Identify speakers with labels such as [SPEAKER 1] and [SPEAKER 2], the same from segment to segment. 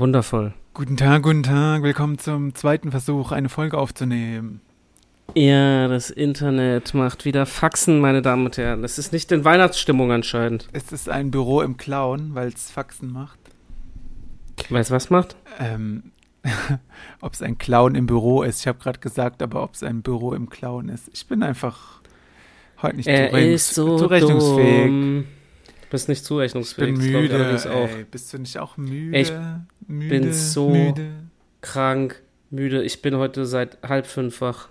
[SPEAKER 1] Wundervoll.
[SPEAKER 2] Guten Tag, guten Tag. Willkommen zum zweiten Versuch, eine Folge aufzunehmen.
[SPEAKER 1] Ja, das Internet macht wieder Faxen, meine Damen und Herren. Das ist nicht in Weihnachtsstimmung anscheinend.
[SPEAKER 2] Es ist ein Büro im Clown, weil es Faxen macht.
[SPEAKER 1] Weißt du, was macht?
[SPEAKER 2] Ähm, ob es ein Clown im Büro ist. Ich habe gerade gesagt, aber ob es ein Büro im Clown ist. Ich bin einfach heute nicht
[SPEAKER 1] er
[SPEAKER 2] zurechnungs-
[SPEAKER 1] ist so
[SPEAKER 2] zurechnungsfähig.
[SPEAKER 1] dumm. Du bist nicht
[SPEAKER 2] Ich bin
[SPEAKER 1] zurechnungsfähig. das glaub ich
[SPEAKER 2] müde.
[SPEAKER 1] allerdings auch.
[SPEAKER 2] Ey, bist du nicht auch müde?
[SPEAKER 1] Ich
[SPEAKER 2] müde,
[SPEAKER 1] bin so-
[SPEAKER 2] müde.
[SPEAKER 1] Krank, müde. Ich bin heute seit halb fünf wach.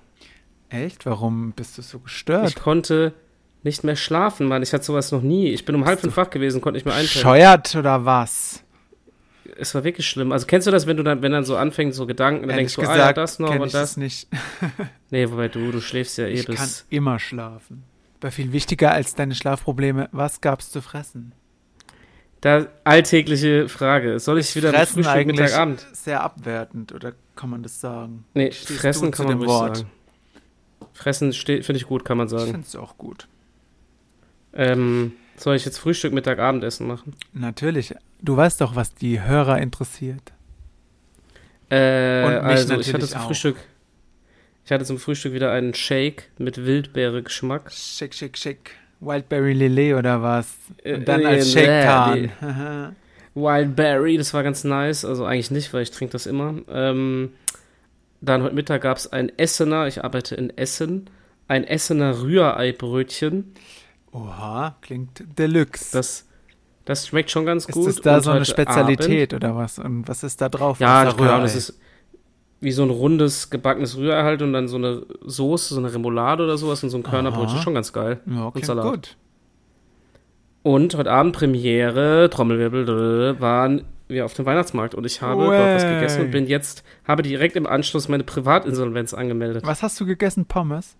[SPEAKER 2] Echt? Warum bist du so gestört?
[SPEAKER 1] Ich konnte nicht mehr schlafen, Mann. Ich hatte sowas noch nie. Ich bin um halb fünf wach gewesen, konnte nicht mehr einpennen.
[SPEAKER 2] Scheuert oder was?
[SPEAKER 1] Es war wirklich schlimm. Also kennst du das, wenn du dann, wenn dann so anfängst, so Gedanken, dann
[SPEAKER 2] Ehrlich
[SPEAKER 1] denkst du, ah ja,
[SPEAKER 2] gesagt,
[SPEAKER 1] das noch
[SPEAKER 2] kenn
[SPEAKER 1] und
[SPEAKER 2] ich
[SPEAKER 1] das.
[SPEAKER 2] es nicht.
[SPEAKER 1] Nee, wobei du, du schläfst ja eh
[SPEAKER 2] Ich kann
[SPEAKER 1] bis.
[SPEAKER 2] immer schlafen. Aber viel wichtiger als deine Schlafprobleme, was gab's zu fressen?
[SPEAKER 1] Da alltägliche Frage. Soll ich wieder
[SPEAKER 2] fressen
[SPEAKER 1] mit Frühstück,
[SPEAKER 2] eigentlich
[SPEAKER 1] Mittagabend?
[SPEAKER 2] sehr abwertend, oder kann man das sagen?
[SPEAKER 1] Nee,
[SPEAKER 2] Stehst
[SPEAKER 1] fressen
[SPEAKER 2] du zu
[SPEAKER 1] kann man
[SPEAKER 2] dem
[SPEAKER 1] ruhig
[SPEAKER 2] Wort?
[SPEAKER 1] sagen. Fressen finde ich gut, kann man
[SPEAKER 2] Ich
[SPEAKER 1] sagen.
[SPEAKER 2] finde es auch gut.
[SPEAKER 1] Ähm, soll ich jetzt Frühstück, Mittag, Abendessen machen?
[SPEAKER 2] Natürlich. Du weißt doch, was die Hörer interessiert.
[SPEAKER 1] Äh,
[SPEAKER 2] Und mich
[SPEAKER 1] also ich hatte
[SPEAKER 2] natürlich
[SPEAKER 1] zum
[SPEAKER 2] auch.
[SPEAKER 1] Frühstück. Ich hatte zum Frühstück wieder einen Shake mit Wildbeere-Geschmack.
[SPEAKER 2] Schick, schick, schick. Wildberry Lillet oder was?
[SPEAKER 1] Äh,
[SPEAKER 2] Und dann
[SPEAKER 1] äh,
[SPEAKER 2] als
[SPEAKER 1] nee,
[SPEAKER 2] Shake-Tan.
[SPEAKER 1] Wildberry, das war ganz nice. Also eigentlich nicht, weil ich trinke das immer. Ähm, dann heute Mittag gab es ein Essener, ich arbeite in Essen, ein Essener Rührei-Brötchen.
[SPEAKER 2] Oha, klingt Deluxe.
[SPEAKER 1] Das, das schmeckt schon ganz
[SPEAKER 2] ist
[SPEAKER 1] gut.
[SPEAKER 2] das da
[SPEAKER 1] Und
[SPEAKER 2] so eine
[SPEAKER 1] heute Abend,
[SPEAKER 2] Spezialität oder was? Und was ist da drauf?
[SPEAKER 1] ja,
[SPEAKER 2] das
[SPEAKER 1] ich glaube, das ist wie so ein rundes gebackenes Rührei halt und dann so eine Soße, so eine Remoulade oder sowas und so ein Körnerbrötchen.
[SPEAKER 2] Aha.
[SPEAKER 1] Schon ganz geil.
[SPEAKER 2] ja, klingt
[SPEAKER 1] Salat.
[SPEAKER 2] gut.
[SPEAKER 1] Und heute Abend Premiere, Trommelwirbel, drrrr, waren wir auf dem Weihnachtsmarkt und ich habe dort was
[SPEAKER 2] Way.
[SPEAKER 1] gegessen und bin jetzt, habe direkt im Anschluss meine Privatinsolvenz angemeldet.
[SPEAKER 2] Was hast du gegessen? Pommes?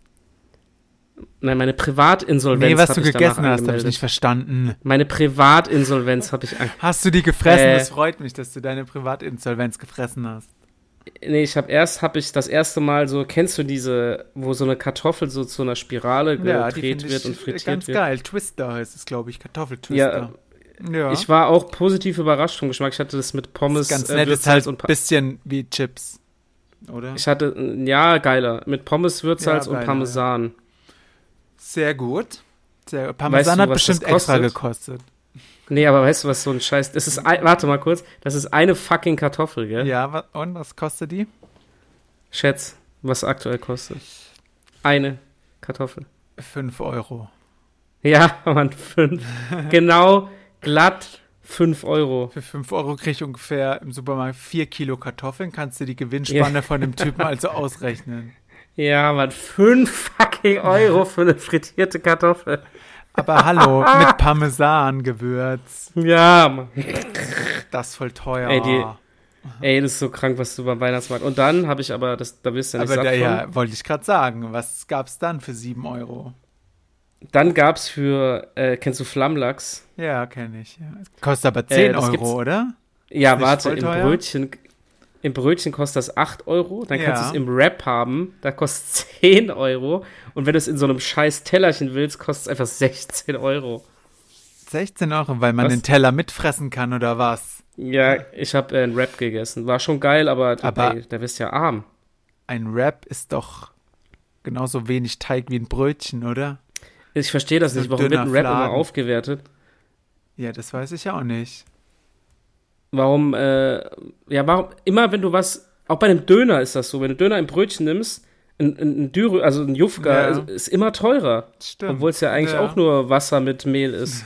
[SPEAKER 1] Nein, meine Privatinsolvenz.
[SPEAKER 2] nee, was
[SPEAKER 1] habe
[SPEAKER 2] du
[SPEAKER 1] ich danach
[SPEAKER 2] gegessen hast, habe ich
[SPEAKER 1] angemeldet.
[SPEAKER 2] nicht verstanden.
[SPEAKER 1] Meine Privatinsolvenz habe ich an
[SPEAKER 2] Hast du die gefressen?
[SPEAKER 1] Äh.
[SPEAKER 2] Das freut mich, dass du deine Privatinsolvenz gefressen hast.
[SPEAKER 1] Nee, ich habe erst, habe ich das erste Mal so, kennst du diese, wo so eine Kartoffel so zu einer Spirale gedreht
[SPEAKER 2] find
[SPEAKER 1] wird und
[SPEAKER 2] ganz
[SPEAKER 1] frittiert wird?
[SPEAKER 2] geil. Twister heißt es, glaube ich.
[SPEAKER 1] Ja,
[SPEAKER 2] Kartoffeltwister. ja.
[SPEAKER 1] Ich war auch positiv überrascht vom Geschmack. Ich hatte das mit
[SPEAKER 2] das
[SPEAKER 1] Pommes,
[SPEAKER 2] ist ganz
[SPEAKER 1] äh,
[SPEAKER 2] nett. Ist
[SPEAKER 1] Würzsalz
[SPEAKER 2] halt
[SPEAKER 1] und
[SPEAKER 2] ein
[SPEAKER 1] pa
[SPEAKER 2] bisschen wie Chips, oder?
[SPEAKER 1] Ich hatte, äh, ja, geiler. Mit Pommes, Würzsalz
[SPEAKER 2] Ja,
[SPEAKER 1] und
[SPEAKER 2] geiler,
[SPEAKER 1] Parmesan.
[SPEAKER 2] Sehr gut. Sehr, Parmesan
[SPEAKER 1] du,
[SPEAKER 2] hat
[SPEAKER 1] was das
[SPEAKER 2] bestimmt extra
[SPEAKER 1] kostet?
[SPEAKER 2] gekostet.
[SPEAKER 1] Nee, aber weißt du, was so ein Scheiß, das ist, ein, warte mal kurz, das ist eine fucking Kartoffel, gell?
[SPEAKER 2] Ja, wa- und was kostet die?
[SPEAKER 1] Schätz, was aktuell kostet. Eine Kartoffel.
[SPEAKER 2] 5 Euro.
[SPEAKER 1] Ja, Mann, fünf. genau, glatt, fünf Euro.
[SPEAKER 2] Für 5 Euro krieg ich ungefähr im Supermarkt 4 Kilo Kartoffeln. Kannst du die Gewinnspanne von dem Typen also ausrechnen.
[SPEAKER 1] Ja, Mann, 5 fucking Euro für eine frittierte Kartoffel.
[SPEAKER 2] Aber hallo, mit Parmesan-Gewürz.
[SPEAKER 1] Ja, Mann.
[SPEAKER 2] Das ist voll teuer.
[SPEAKER 1] Ey, die- Ey, das ist so krank, was du beim Weihnachtsmarkt. Und dann habe ich aber, das, da wirst du ja nicht
[SPEAKER 2] Aber
[SPEAKER 1] satt
[SPEAKER 2] da,
[SPEAKER 1] von.
[SPEAKER 2] ja, wollte ich gerade sagen. Was gab's dann für 7 Euro?
[SPEAKER 1] Dann gab's für, äh, kennst du Flammlachs?
[SPEAKER 2] Ja, kenne ich. Ja. Kostet aber 10
[SPEAKER 1] Äh, das gibt's-
[SPEAKER 2] Euro, oder?
[SPEAKER 1] Ja,
[SPEAKER 2] Ist nicht
[SPEAKER 1] warte,
[SPEAKER 2] voll
[SPEAKER 1] im
[SPEAKER 2] teuer?
[SPEAKER 1] Brötchen, im Brötchen kostet das 8 Euro. Dann kannst
[SPEAKER 2] Ja.
[SPEAKER 1] du es im Wrap haben, da kostet 10 Euro. Und wenn du es in so einem scheiß Tellerchen willst, kostet es einfach 16 Euro.
[SPEAKER 2] 16 Euro, weil man
[SPEAKER 1] Was?
[SPEAKER 2] den Teller mitfressen kann, oder was?
[SPEAKER 1] Ja, ich habe äh, einen Wrap gegessen. War schon geil, aber,
[SPEAKER 2] Aber-
[SPEAKER 1] ey, da wirst du ja arm.
[SPEAKER 2] Ein Wrap ist doch genauso wenig Teig wie ein Brötchen, oder?
[SPEAKER 1] Ich verstehe das
[SPEAKER 2] So
[SPEAKER 1] nicht. Warum wird ein
[SPEAKER 2] dünner
[SPEAKER 1] Wrap immer
[SPEAKER 2] Fladen.
[SPEAKER 1] aufgewertet?
[SPEAKER 2] Ja, das weiß ich auch nicht.
[SPEAKER 1] Warum, äh, ja, warum, immer wenn du was, auch bei einem Döner ist das so, wenn du Döner im Brötchen nimmst, ein, ein, ein Dürü, also ein Jufka,
[SPEAKER 2] Ja.
[SPEAKER 1] ist, ist immer teurer.
[SPEAKER 2] Stimmt.
[SPEAKER 1] Obwohl es ja eigentlich
[SPEAKER 2] Ja.
[SPEAKER 1] auch nur Wasser mit Mehl ist.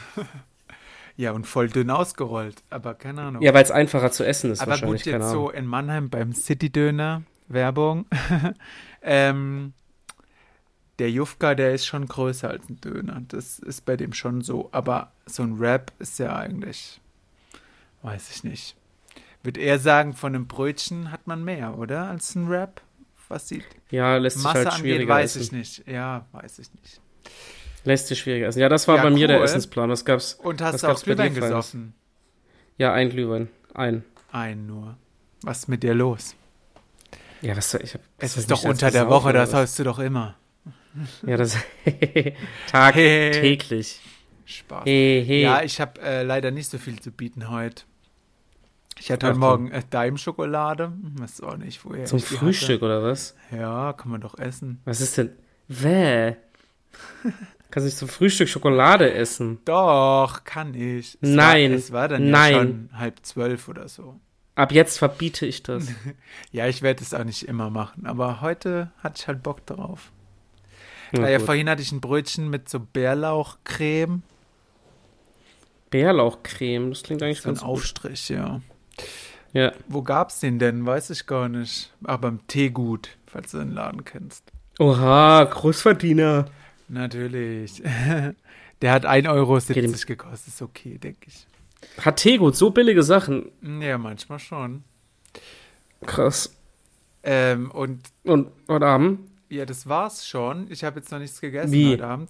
[SPEAKER 2] Ja, und voll dünn ausgerollt, aber keine Ahnung.
[SPEAKER 1] Ja, weil es einfacher zu essen ist
[SPEAKER 2] aber
[SPEAKER 1] wahrscheinlich,
[SPEAKER 2] gut,
[SPEAKER 1] keine
[SPEAKER 2] jetzt
[SPEAKER 1] Ahnung.
[SPEAKER 2] so in Mannheim beim City-Döner, Werbung. ähm, der Jufka, der ist schon größer als ein Döner. Das ist bei dem schon so. Aber so ein Wrap ist ja eigentlich, weiß ich nicht. Würde eher sagen, von einem Brötchen hat man mehr, oder? Als ein Wrap? Was die
[SPEAKER 1] Ja, lässt sich
[SPEAKER 2] Masse
[SPEAKER 1] halt
[SPEAKER 2] angeht,
[SPEAKER 1] schwieriger
[SPEAKER 2] weiß
[SPEAKER 1] essen.
[SPEAKER 2] ich nicht. Ja, weiß ich nicht.
[SPEAKER 1] Lässt sich schwieriger essen. Ja, das war
[SPEAKER 2] Ja,
[SPEAKER 1] bei mir der
[SPEAKER 2] cool.
[SPEAKER 1] Essensplan. Was gab's?
[SPEAKER 2] Und
[SPEAKER 1] Was
[SPEAKER 2] hast du auch
[SPEAKER 1] gab's bei dir
[SPEAKER 2] Glühwein
[SPEAKER 1] Feines?
[SPEAKER 2] gesoffen?
[SPEAKER 1] Ja, ein Glühwein. Ein.
[SPEAKER 2] Einen nur. Was ist mit dir los?
[SPEAKER 1] Ja, was soll ich hab, was
[SPEAKER 2] Es
[SPEAKER 1] soll ich
[SPEAKER 2] ist doch
[SPEAKER 1] mich jetzt
[SPEAKER 2] unter der
[SPEAKER 1] besaufen
[SPEAKER 2] Woche,
[SPEAKER 1] oder
[SPEAKER 2] das
[SPEAKER 1] was?
[SPEAKER 2] hast du doch immer.
[SPEAKER 1] Ja, das. Tag,
[SPEAKER 2] Hey.
[SPEAKER 1] täglich.
[SPEAKER 2] Spaß.
[SPEAKER 1] Hey, hey.
[SPEAKER 2] Ja, ich habe äh, leider nicht so viel zu bieten heute. Ich hatte heute Morgen äh, Daimschokolade. Hm, Weiß auch nicht, woher
[SPEAKER 1] Zum
[SPEAKER 2] ich die
[SPEAKER 1] Frühstück oder was?
[SPEAKER 2] Hatte. Ja, kann man doch essen.
[SPEAKER 1] Was ist denn? Wäh. Kannst nicht zum Frühstück Schokolade essen?
[SPEAKER 2] Doch, kann ich. Es
[SPEAKER 1] Nein.
[SPEAKER 2] War, es war dann
[SPEAKER 1] Nein.
[SPEAKER 2] ja schon halb zwölf oder so.
[SPEAKER 1] Ab jetzt verbiete ich das.
[SPEAKER 2] Ja, ich werde es auch nicht immer machen, aber heute hatte ich halt Bock drauf.
[SPEAKER 1] Na
[SPEAKER 2] Ah Ja, ja,
[SPEAKER 1] gut.
[SPEAKER 2] vorhin hatte ich ein Brötchen mit so Bärlauchcreme.
[SPEAKER 1] Bärlauchcreme, das klingt eigentlich
[SPEAKER 2] So ein
[SPEAKER 1] ganz gut.
[SPEAKER 2] Aufstrich, ja.
[SPEAKER 1] Ja.
[SPEAKER 2] Wo gab's den denn? Weiß ich gar nicht. Aber beim Teegut, falls du den Laden kennst.
[SPEAKER 1] Oha, Großverdiener.
[SPEAKER 2] Natürlich. Der hat 1,70 Euro
[SPEAKER 1] dem-
[SPEAKER 2] gekostet. Ist okay, denke ich.
[SPEAKER 1] Hat Teegut, so billige Sachen.
[SPEAKER 2] Hm, Ja, manchmal schon.
[SPEAKER 1] Krass.
[SPEAKER 2] Ähm, und
[SPEAKER 1] Und heute Abend?
[SPEAKER 2] ja, das war's schon. Ich habe jetzt noch nichts gegessen
[SPEAKER 1] Wie?
[SPEAKER 2] heute Abend.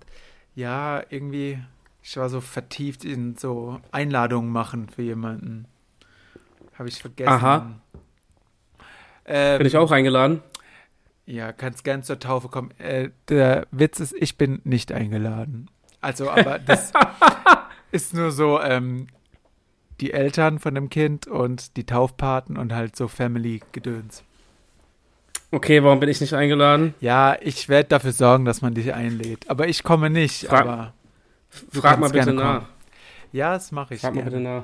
[SPEAKER 2] Ja, irgendwie, ich war so vertieft in so Einladungen machen für jemanden. Habe ich vergessen.
[SPEAKER 1] Aha.
[SPEAKER 2] Ähm,
[SPEAKER 1] Bin ich auch eingeladen?
[SPEAKER 2] Ja, kannst gern zur Taufe kommen. Äh, der Witz ist, ich bin nicht eingeladen. Also, aber das ist nur so, ähm, die Eltern von dem Kind und die Taufpaten und halt so Family-Gedöns.
[SPEAKER 1] Okay, warum bin ich nicht eingeladen?
[SPEAKER 2] Ja, ich werde dafür sorgen, dass man dich einlädt. Aber ich komme nicht,
[SPEAKER 1] Fra-
[SPEAKER 2] aber. Du
[SPEAKER 1] Frag mal
[SPEAKER 2] kannst
[SPEAKER 1] bitte
[SPEAKER 2] gerne
[SPEAKER 1] nach.
[SPEAKER 2] Ja, das mache ich.
[SPEAKER 1] Frag mal bitte
[SPEAKER 2] Gerne.
[SPEAKER 1] nach.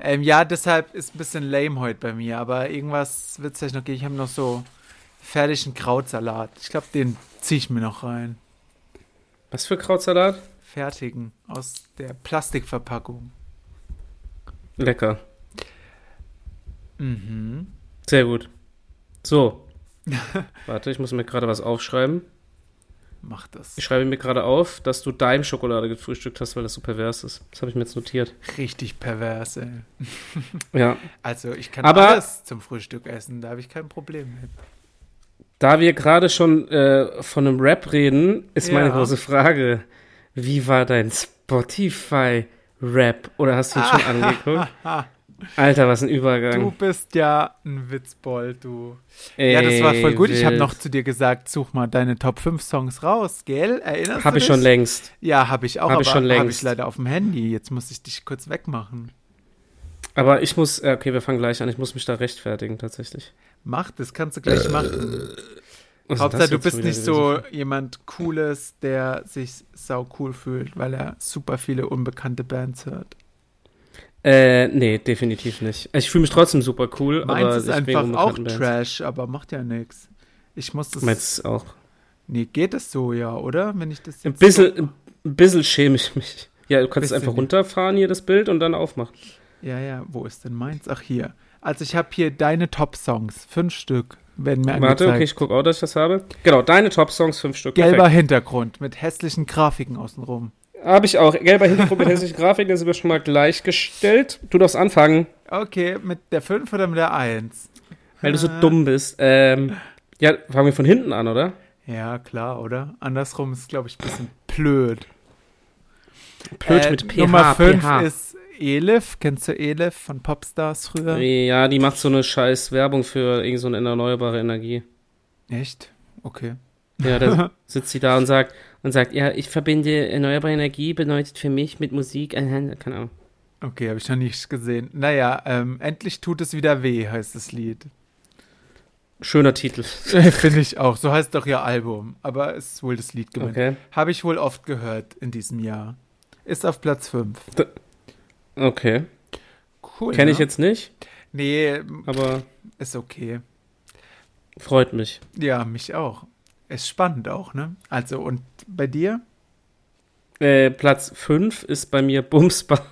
[SPEAKER 2] Ähm, ja, deshalb ist ein bisschen lame heute bei mir, aber irgendwas wird es vielleicht noch geben. Ich habe noch so fertigen Krautsalat. Ich glaube, den ziehe ich mir noch rein.
[SPEAKER 1] Was für Krautsalat?
[SPEAKER 2] fertigen aus der Plastikverpackung.
[SPEAKER 1] Lecker.
[SPEAKER 2] Mhm.
[SPEAKER 1] Sehr gut. So. Warte, ich muss mir gerade was aufschreiben.
[SPEAKER 2] Mach das.
[SPEAKER 1] Ich schreibe mir gerade auf, dass du Daim-Schokolade gefrühstückt hast, weil das so pervers ist. Das habe ich mir jetzt notiert.
[SPEAKER 2] Richtig pervers, ey.
[SPEAKER 1] Ja.
[SPEAKER 2] Also ich kann
[SPEAKER 1] Aber-
[SPEAKER 2] alles zum Frühstück essen, da habe ich kein Problem mit.
[SPEAKER 1] Da wir gerade schon äh, von einem Rap reden, ist meine
[SPEAKER 2] Ja.
[SPEAKER 1] große Frage: Wie war dein Spotify-Rap? Oder hast du ihn schon
[SPEAKER 2] Ah.
[SPEAKER 1] angeguckt? Alter, was ein
[SPEAKER 2] Du
[SPEAKER 1] Übergang.
[SPEAKER 2] bist ja ein Witzbold, du. ja, das war voll gut. Ich habe
[SPEAKER 1] wild.
[SPEAKER 2] noch zu dir gesagt, such mal deine Top 5 Songs raus, gell? Erinnerst
[SPEAKER 1] Hab
[SPEAKER 2] du
[SPEAKER 1] ich
[SPEAKER 2] dich?
[SPEAKER 1] schon längst.
[SPEAKER 2] Ja, habe ich auch,
[SPEAKER 1] Hab
[SPEAKER 2] aber
[SPEAKER 1] ich schon
[SPEAKER 2] habe
[SPEAKER 1] längst.
[SPEAKER 2] ich leider auf dem Handy. Jetzt muss ich dich kurz wegmachen.
[SPEAKER 1] Aber ich muss, äh, okay, wir fangen gleich an. Ich muss mich da rechtfertigen, tatsächlich.
[SPEAKER 2] Mach das, kannst du
[SPEAKER 1] Äh,
[SPEAKER 2] gleich machen.
[SPEAKER 1] Was ist
[SPEAKER 2] Hauptsache,
[SPEAKER 1] Also das jetzt
[SPEAKER 2] du bist
[SPEAKER 1] wieder
[SPEAKER 2] nicht
[SPEAKER 1] gewesen?
[SPEAKER 2] so jemand Cooles, der sich sau cool fühlt, weil er super viele unbekannte Bands hört.
[SPEAKER 1] Äh, nee, definitiv nicht. Ich fühle mich trotzdem super cool,
[SPEAKER 2] Meins
[SPEAKER 1] aber
[SPEAKER 2] ist
[SPEAKER 1] ich bin
[SPEAKER 2] einfach auch
[SPEAKER 1] unbekannten Bands.
[SPEAKER 2] Trash, aber macht ja nichts. Ich muss das.
[SPEAKER 1] Meins ist auch.
[SPEAKER 2] Nee, geht es so, ja, oder? Wenn ich das
[SPEAKER 1] Ein
[SPEAKER 2] jetzt
[SPEAKER 1] bisschen, ein bisschen schäme ich mich. Ja, du kannst es
[SPEAKER 2] Bisschen
[SPEAKER 1] einfach
[SPEAKER 2] nicht.
[SPEAKER 1] runterfahren hier, das Bild, und dann aufmachen.
[SPEAKER 2] So, ja, ja, wo ist denn meins? Ach, hier. Also, ich habe hier deine Top-Songs. Fünf Stück werden mir
[SPEAKER 1] Warte, okay,
[SPEAKER 2] angezeigt.
[SPEAKER 1] ich gucke auch, dass ich das habe. Genau, deine Top-Songs, fünf Stück.
[SPEAKER 2] halt. Gelber
[SPEAKER 1] perfekt.
[SPEAKER 2] Hintergrund mit hässlichen Grafiken außenrum.
[SPEAKER 1] Habe ich auch. Gelber Hintergrund mit hässlichen Grafiken, den sind wir schon mal gleichgestellt. Du darfst anfangen,
[SPEAKER 2] Okay, mit der 5 oder mit der 1?
[SPEAKER 1] weil du so
[SPEAKER 2] Ah.
[SPEAKER 1] dumm bist. Ähm, ja, fangen wir von hinten an, oder?
[SPEAKER 2] Ja, klar, oder? Andersrum ist, glaube ich, ein bisschen blöd.
[SPEAKER 1] Plötsch
[SPEAKER 2] Äh,
[SPEAKER 1] mit PH.
[SPEAKER 2] Nummer 5
[SPEAKER 1] PH.
[SPEAKER 2] ist Elif. Kennst du Elif von Popstars früher?
[SPEAKER 1] Ja, die macht so eine scheiß Werbung für irgend so eine erneuerbare Energie.
[SPEAKER 2] Echt? Okay.
[SPEAKER 1] Ja, da sitzt sie da und sagt, und sagt, ja, ich verbinde erneuerbare Energie, bedeutet für mich mit Musik, ein- keine Ahnung.
[SPEAKER 2] Okay, habe ich noch nicht gesehen. Naja, ähm, endlich tut es wieder weh, heißt das Lied.
[SPEAKER 1] Schöner Titel.
[SPEAKER 2] Finde ich auch. So heißt doch ihr Album. Aber es ist wohl das Lied gemeint.
[SPEAKER 1] Okay.
[SPEAKER 2] Habe ich wohl oft gehört in diesem Jahr. Ist auf Platz 5.
[SPEAKER 1] Okay.
[SPEAKER 2] Cool.
[SPEAKER 1] Kenne ich
[SPEAKER 2] ne?
[SPEAKER 1] jetzt nicht,
[SPEAKER 2] Nee, m-
[SPEAKER 1] aber
[SPEAKER 2] ist okay.
[SPEAKER 1] freut mich.
[SPEAKER 2] Ja, mich auch. Ist spannend auch, ne? Also, und bei dir?
[SPEAKER 1] Äh, Platz 5 ist bei mir Bumsbar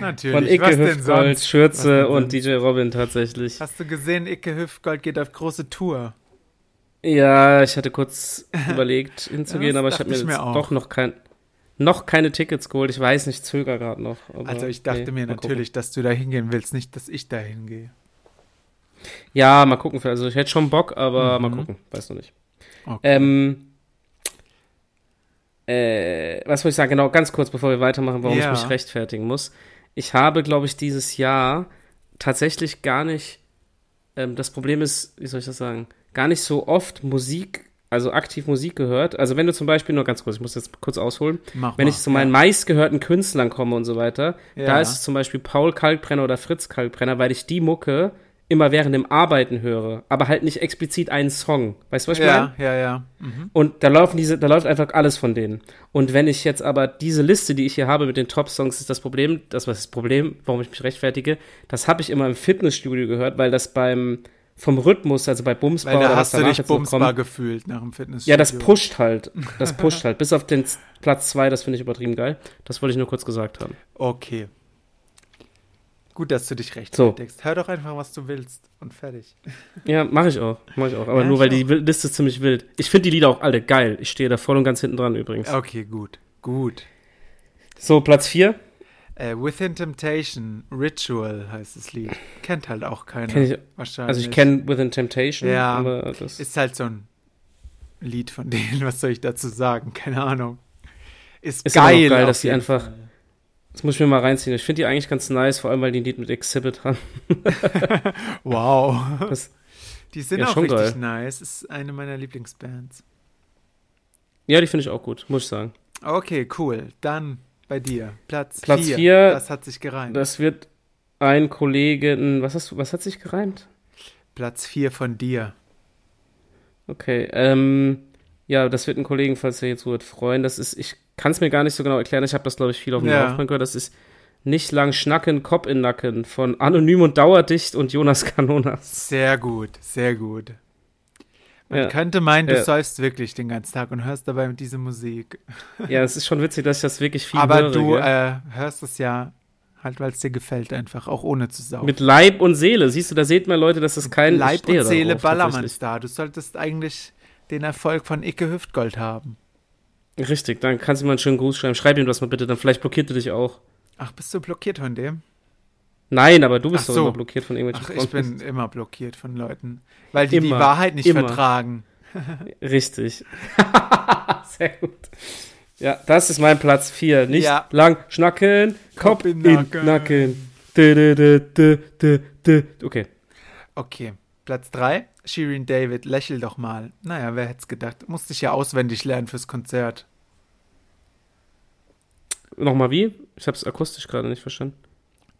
[SPEAKER 2] Natürlich.
[SPEAKER 1] von Icke
[SPEAKER 2] Was denn
[SPEAKER 1] Hüftgold,
[SPEAKER 2] sonst? Was denn
[SPEAKER 1] Schürze und
[SPEAKER 2] sonst?
[SPEAKER 1] DJ Robin tatsächlich.
[SPEAKER 2] Hast du gesehen, Icke Hüftgold geht auf große Tour?
[SPEAKER 1] Ja, ich hatte kurz überlegt hinzugehen,
[SPEAKER 2] das
[SPEAKER 1] aber ich
[SPEAKER 2] dachte
[SPEAKER 1] habe mir
[SPEAKER 2] ich
[SPEAKER 1] jetzt
[SPEAKER 2] mir auch.
[SPEAKER 1] doch noch kein noch keine Tickets geholt. Ich weiß nicht, zöger gerade noch. aber
[SPEAKER 2] Also ich dachte
[SPEAKER 1] nee,
[SPEAKER 2] mir
[SPEAKER 1] mal gucken.
[SPEAKER 2] natürlich, dass du da hingehen willst, nicht, dass ich da hingehe.
[SPEAKER 1] Ja, mal gucken. Also ich hätte schon Bock, aber mal gucken. Weiß noch nicht.
[SPEAKER 2] Mhm. Okay.
[SPEAKER 1] Ähm, äh, was wollte ich sagen? Genau, ganz kurz, bevor wir weitermachen, warum
[SPEAKER 2] Ja.
[SPEAKER 1] ich mich rechtfertigen muss. Ich habe, glaube ich, dieses Jahr tatsächlich gar nicht, ähm, das Problem ist, wie soll ich das sagen, gar nicht so oft Musik also aktiv Musik gehört, also wenn du zum Beispiel, nur ganz kurz, ich muss jetzt kurz ausholen,
[SPEAKER 2] Mach
[SPEAKER 1] wenn
[SPEAKER 2] mal.
[SPEAKER 1] ich zu meinen meistgehörten Künstlern komme und so weiter,
[SPEAKER 2] Ja.
[SPEAKER 1] da ist es zum Beispiel Paul Kalkbrenner oder Fritz Kalkbrenner, weil ich die Mucke immer während dem Arbeiten höre, aber halt nicht explizit einen Song. Weißt du, was ich meine?
[SPEAKER 2] ja, ja, ja. Mhm.
[SPEAKER 1] Und da laufen diese, da läuft einfach alles von denen. Und wenn ich jetzt aber diese Liste, die ich hier habe mit den Top-Songs, ist das Problem, das was das Problem, warum ich mich rechtfertige, das habe ich immer im Fitnessstudio gehört, weil das beim vom Rhythmus, also bei Bumsbar
[SPEAKER 2] Weil da
[SPEAKER 1] oder
[SPEAKER 2] hast
[SPEAKER 1] was
[SPEAKER 2] du
[SPEAKER 1] danach
[SPEAKER 2] dich
[SPEAKER 1] jetzt noch
[SPEAKER 2] bumsbar
[SPEAKER 1] kommt,
[SPEAKER 2] gefühlt nach dem Fitnessstudio.
[SPEAKER 1] ja, das pusht halt. Das pusht halt. Bis auf den Z- Platz zwei das finde ich übertrieben geil. Das wollte ich nur kurz gesagt haben.
[SPEAKER 2] Okay. Gut, dass du dich
[SPEAKER 1] So.
[SPEAKER 2] rechtfertigst. Hör doch einfach, was du willst und fertig.
[SPEAKER 1] Ja, mache ich auch. Mache ich auch. Aber
[SPEAKER 2] Ja,
[SPEAKER 1] nur,
[SPEAKER 2] ich
[SPEAKER 1] weil die Wil- Liste ist ziemlich wild. Ich finde die Lieder auch alle geil. Ich stehe da voll und ganz hinten dran übrigens.
[SPEAKER 2] Okay, gut, gut.
[SPEAKER 1] So, Platz vier
[SPEAKER 2] Äh, Within Temptation, Ritual heißt das Lied. Kennt halt auch keiner.
[SPEAKER 1] Kenn ich-
[SPEAKER 2] wahrscheinlich.
[SPEAKER 1] Also ich kenne Within Temptation.
[SPEAKER 2] Ja.
[SPEAKER 1] Aber das
[SPEAKER 2] Ist halt so ein Lied von denen, was soll ich dazu sagen? Keine Ahnung. Ist,
[SPEAKER 1] Ist aber
[SPEAKER 2] geil.
[SPEAKER 1] auch geil,
[SPEAKER 2] auf
[SPEAKER 1] dass die
[SPEAKER 2] jeden
[SPEAKER 1] einfach-
[SPEAKER 2] Fall.
[SPEAKER 1] Das muss ich mir mal reinziehen. Ich finde die eigentlich ganz nice, vor allem weil die ein Lied mit Exhibit haben.
[SPEAKER 2] Wow.
[SPEAKER 1] Das-
[SPEAKER 2] die sind
[SPEAKER 1] Ja,
[SPEAKER 2] auch
[SPEAKER 1] schon
[SPEAKER 2] richtig nice. Ist eine meiner Lieblingsbands.
[SPEAKER 1] Ja, die finde ich auch gut, muss ich sagen.
[SPEAKER 2] Okay, cool. Dann bei dir. Platz 4.
[SPEAKER 1] Platz vier.
[SPEAKER 2] Das hat sich gereimt.
[SPEAKER 1] Das wird ein Kollege, ein- was hast du, was hat sich gereimt?
[SPEAKER 2] Platz 4 von dir.
[SPEAKER 1] Okay, ähm, ja, das wird ein Kollegen, falls er jetzt wird, freuen. Das ist, ich kann es mir gar nicht so genau erklären. Ich habe das, glaube ich, viel auf dem
[SPEAKER 2] Ja.
[SPEAKER 1] Laufband gehört. Das ist nicht lang schnacken, Kopf in Nacken von Anonym und Dauerdicht und Jonas Kanonas.
[SPEAKER 2] Sehr gut, sehr gut. Man
[SPEAKER 1] Ja.
[SPEAKER 2] könnte meinen, du
[SPEAKER 1] Ja.
[SPEAKER 2] säufst wirklich den ganzen Tag und hörst dabei diese Musik.
[SPEAKER 1] Ja, es ist schon witzig, dass ich das wirklich viel
[SPEAKER 2] Aber
[SPEAKER 1] höre.
[SPEAKER 2] du
[SPEAKER 1] gell?
[SPEAKER 2] äh, hörst es ja halt, weil es dir gefällt einfach, auch ohne zu saugen.
[SPEAKER 1] Mit Leib und Seele. Siehst du, da seht man Leute, dass das kein ich
[SPEAKER 2] Leib
[SPEAKER 1] stehe
[SPEAKER 2] und Seele
[SPEAKER 1] darauf,
[SPEAKER 2] Ballermann
[SPEAKER 1] tatsächlich.
[SPEAKER 2] ist da. Du solltest eigentlich den Erfolg von Icke Hüftgold haben.
[SPEAKER 1] Richtig, dann kannst du mal einen schönen Gruß schreiben. Schreib ihm das mal bitte, dann vielleicht blockiert er dich auch.
[SPEAKER 2] Ach, bist du blockiert von dem?
[SPEAKER 1] Nein, aber du bist
[SPEAKER 2] Ach
[SPEAKER 1] doch
[SPEAKER 2] so.
[SPEAKER 1] immer blockiert von irgendwelchen
[SPEAKER 2] Ach, ich bin immer blockiert von Leuten, weil die die
[SPEAKER 1] Immer,
[SPEAKER 2] Wahrheit nicht
[SPEAKER 1] immer.
[SPEAKER 2] vertragen.
[SPEAKER 1] Richtig. Sehr gut. Ja, das ist mein Platz 4. Nicht
[SPEAKER 2] Ja.
[SPEAKER 1] lang schnacken, Kopf in Nacken. Dö, dö, dö, dö, dö, dö. Okay.
[SPEAKER 2] Okay, Platz 3. Shirin David, lächel doch mal. Naja, wer hätte es gedacht? Musste ich ja auswendig lernen fürs Konzert.
[SPEAKER 1] Nochmal wie? Ich habe es akustisch gerade nicht verstanden.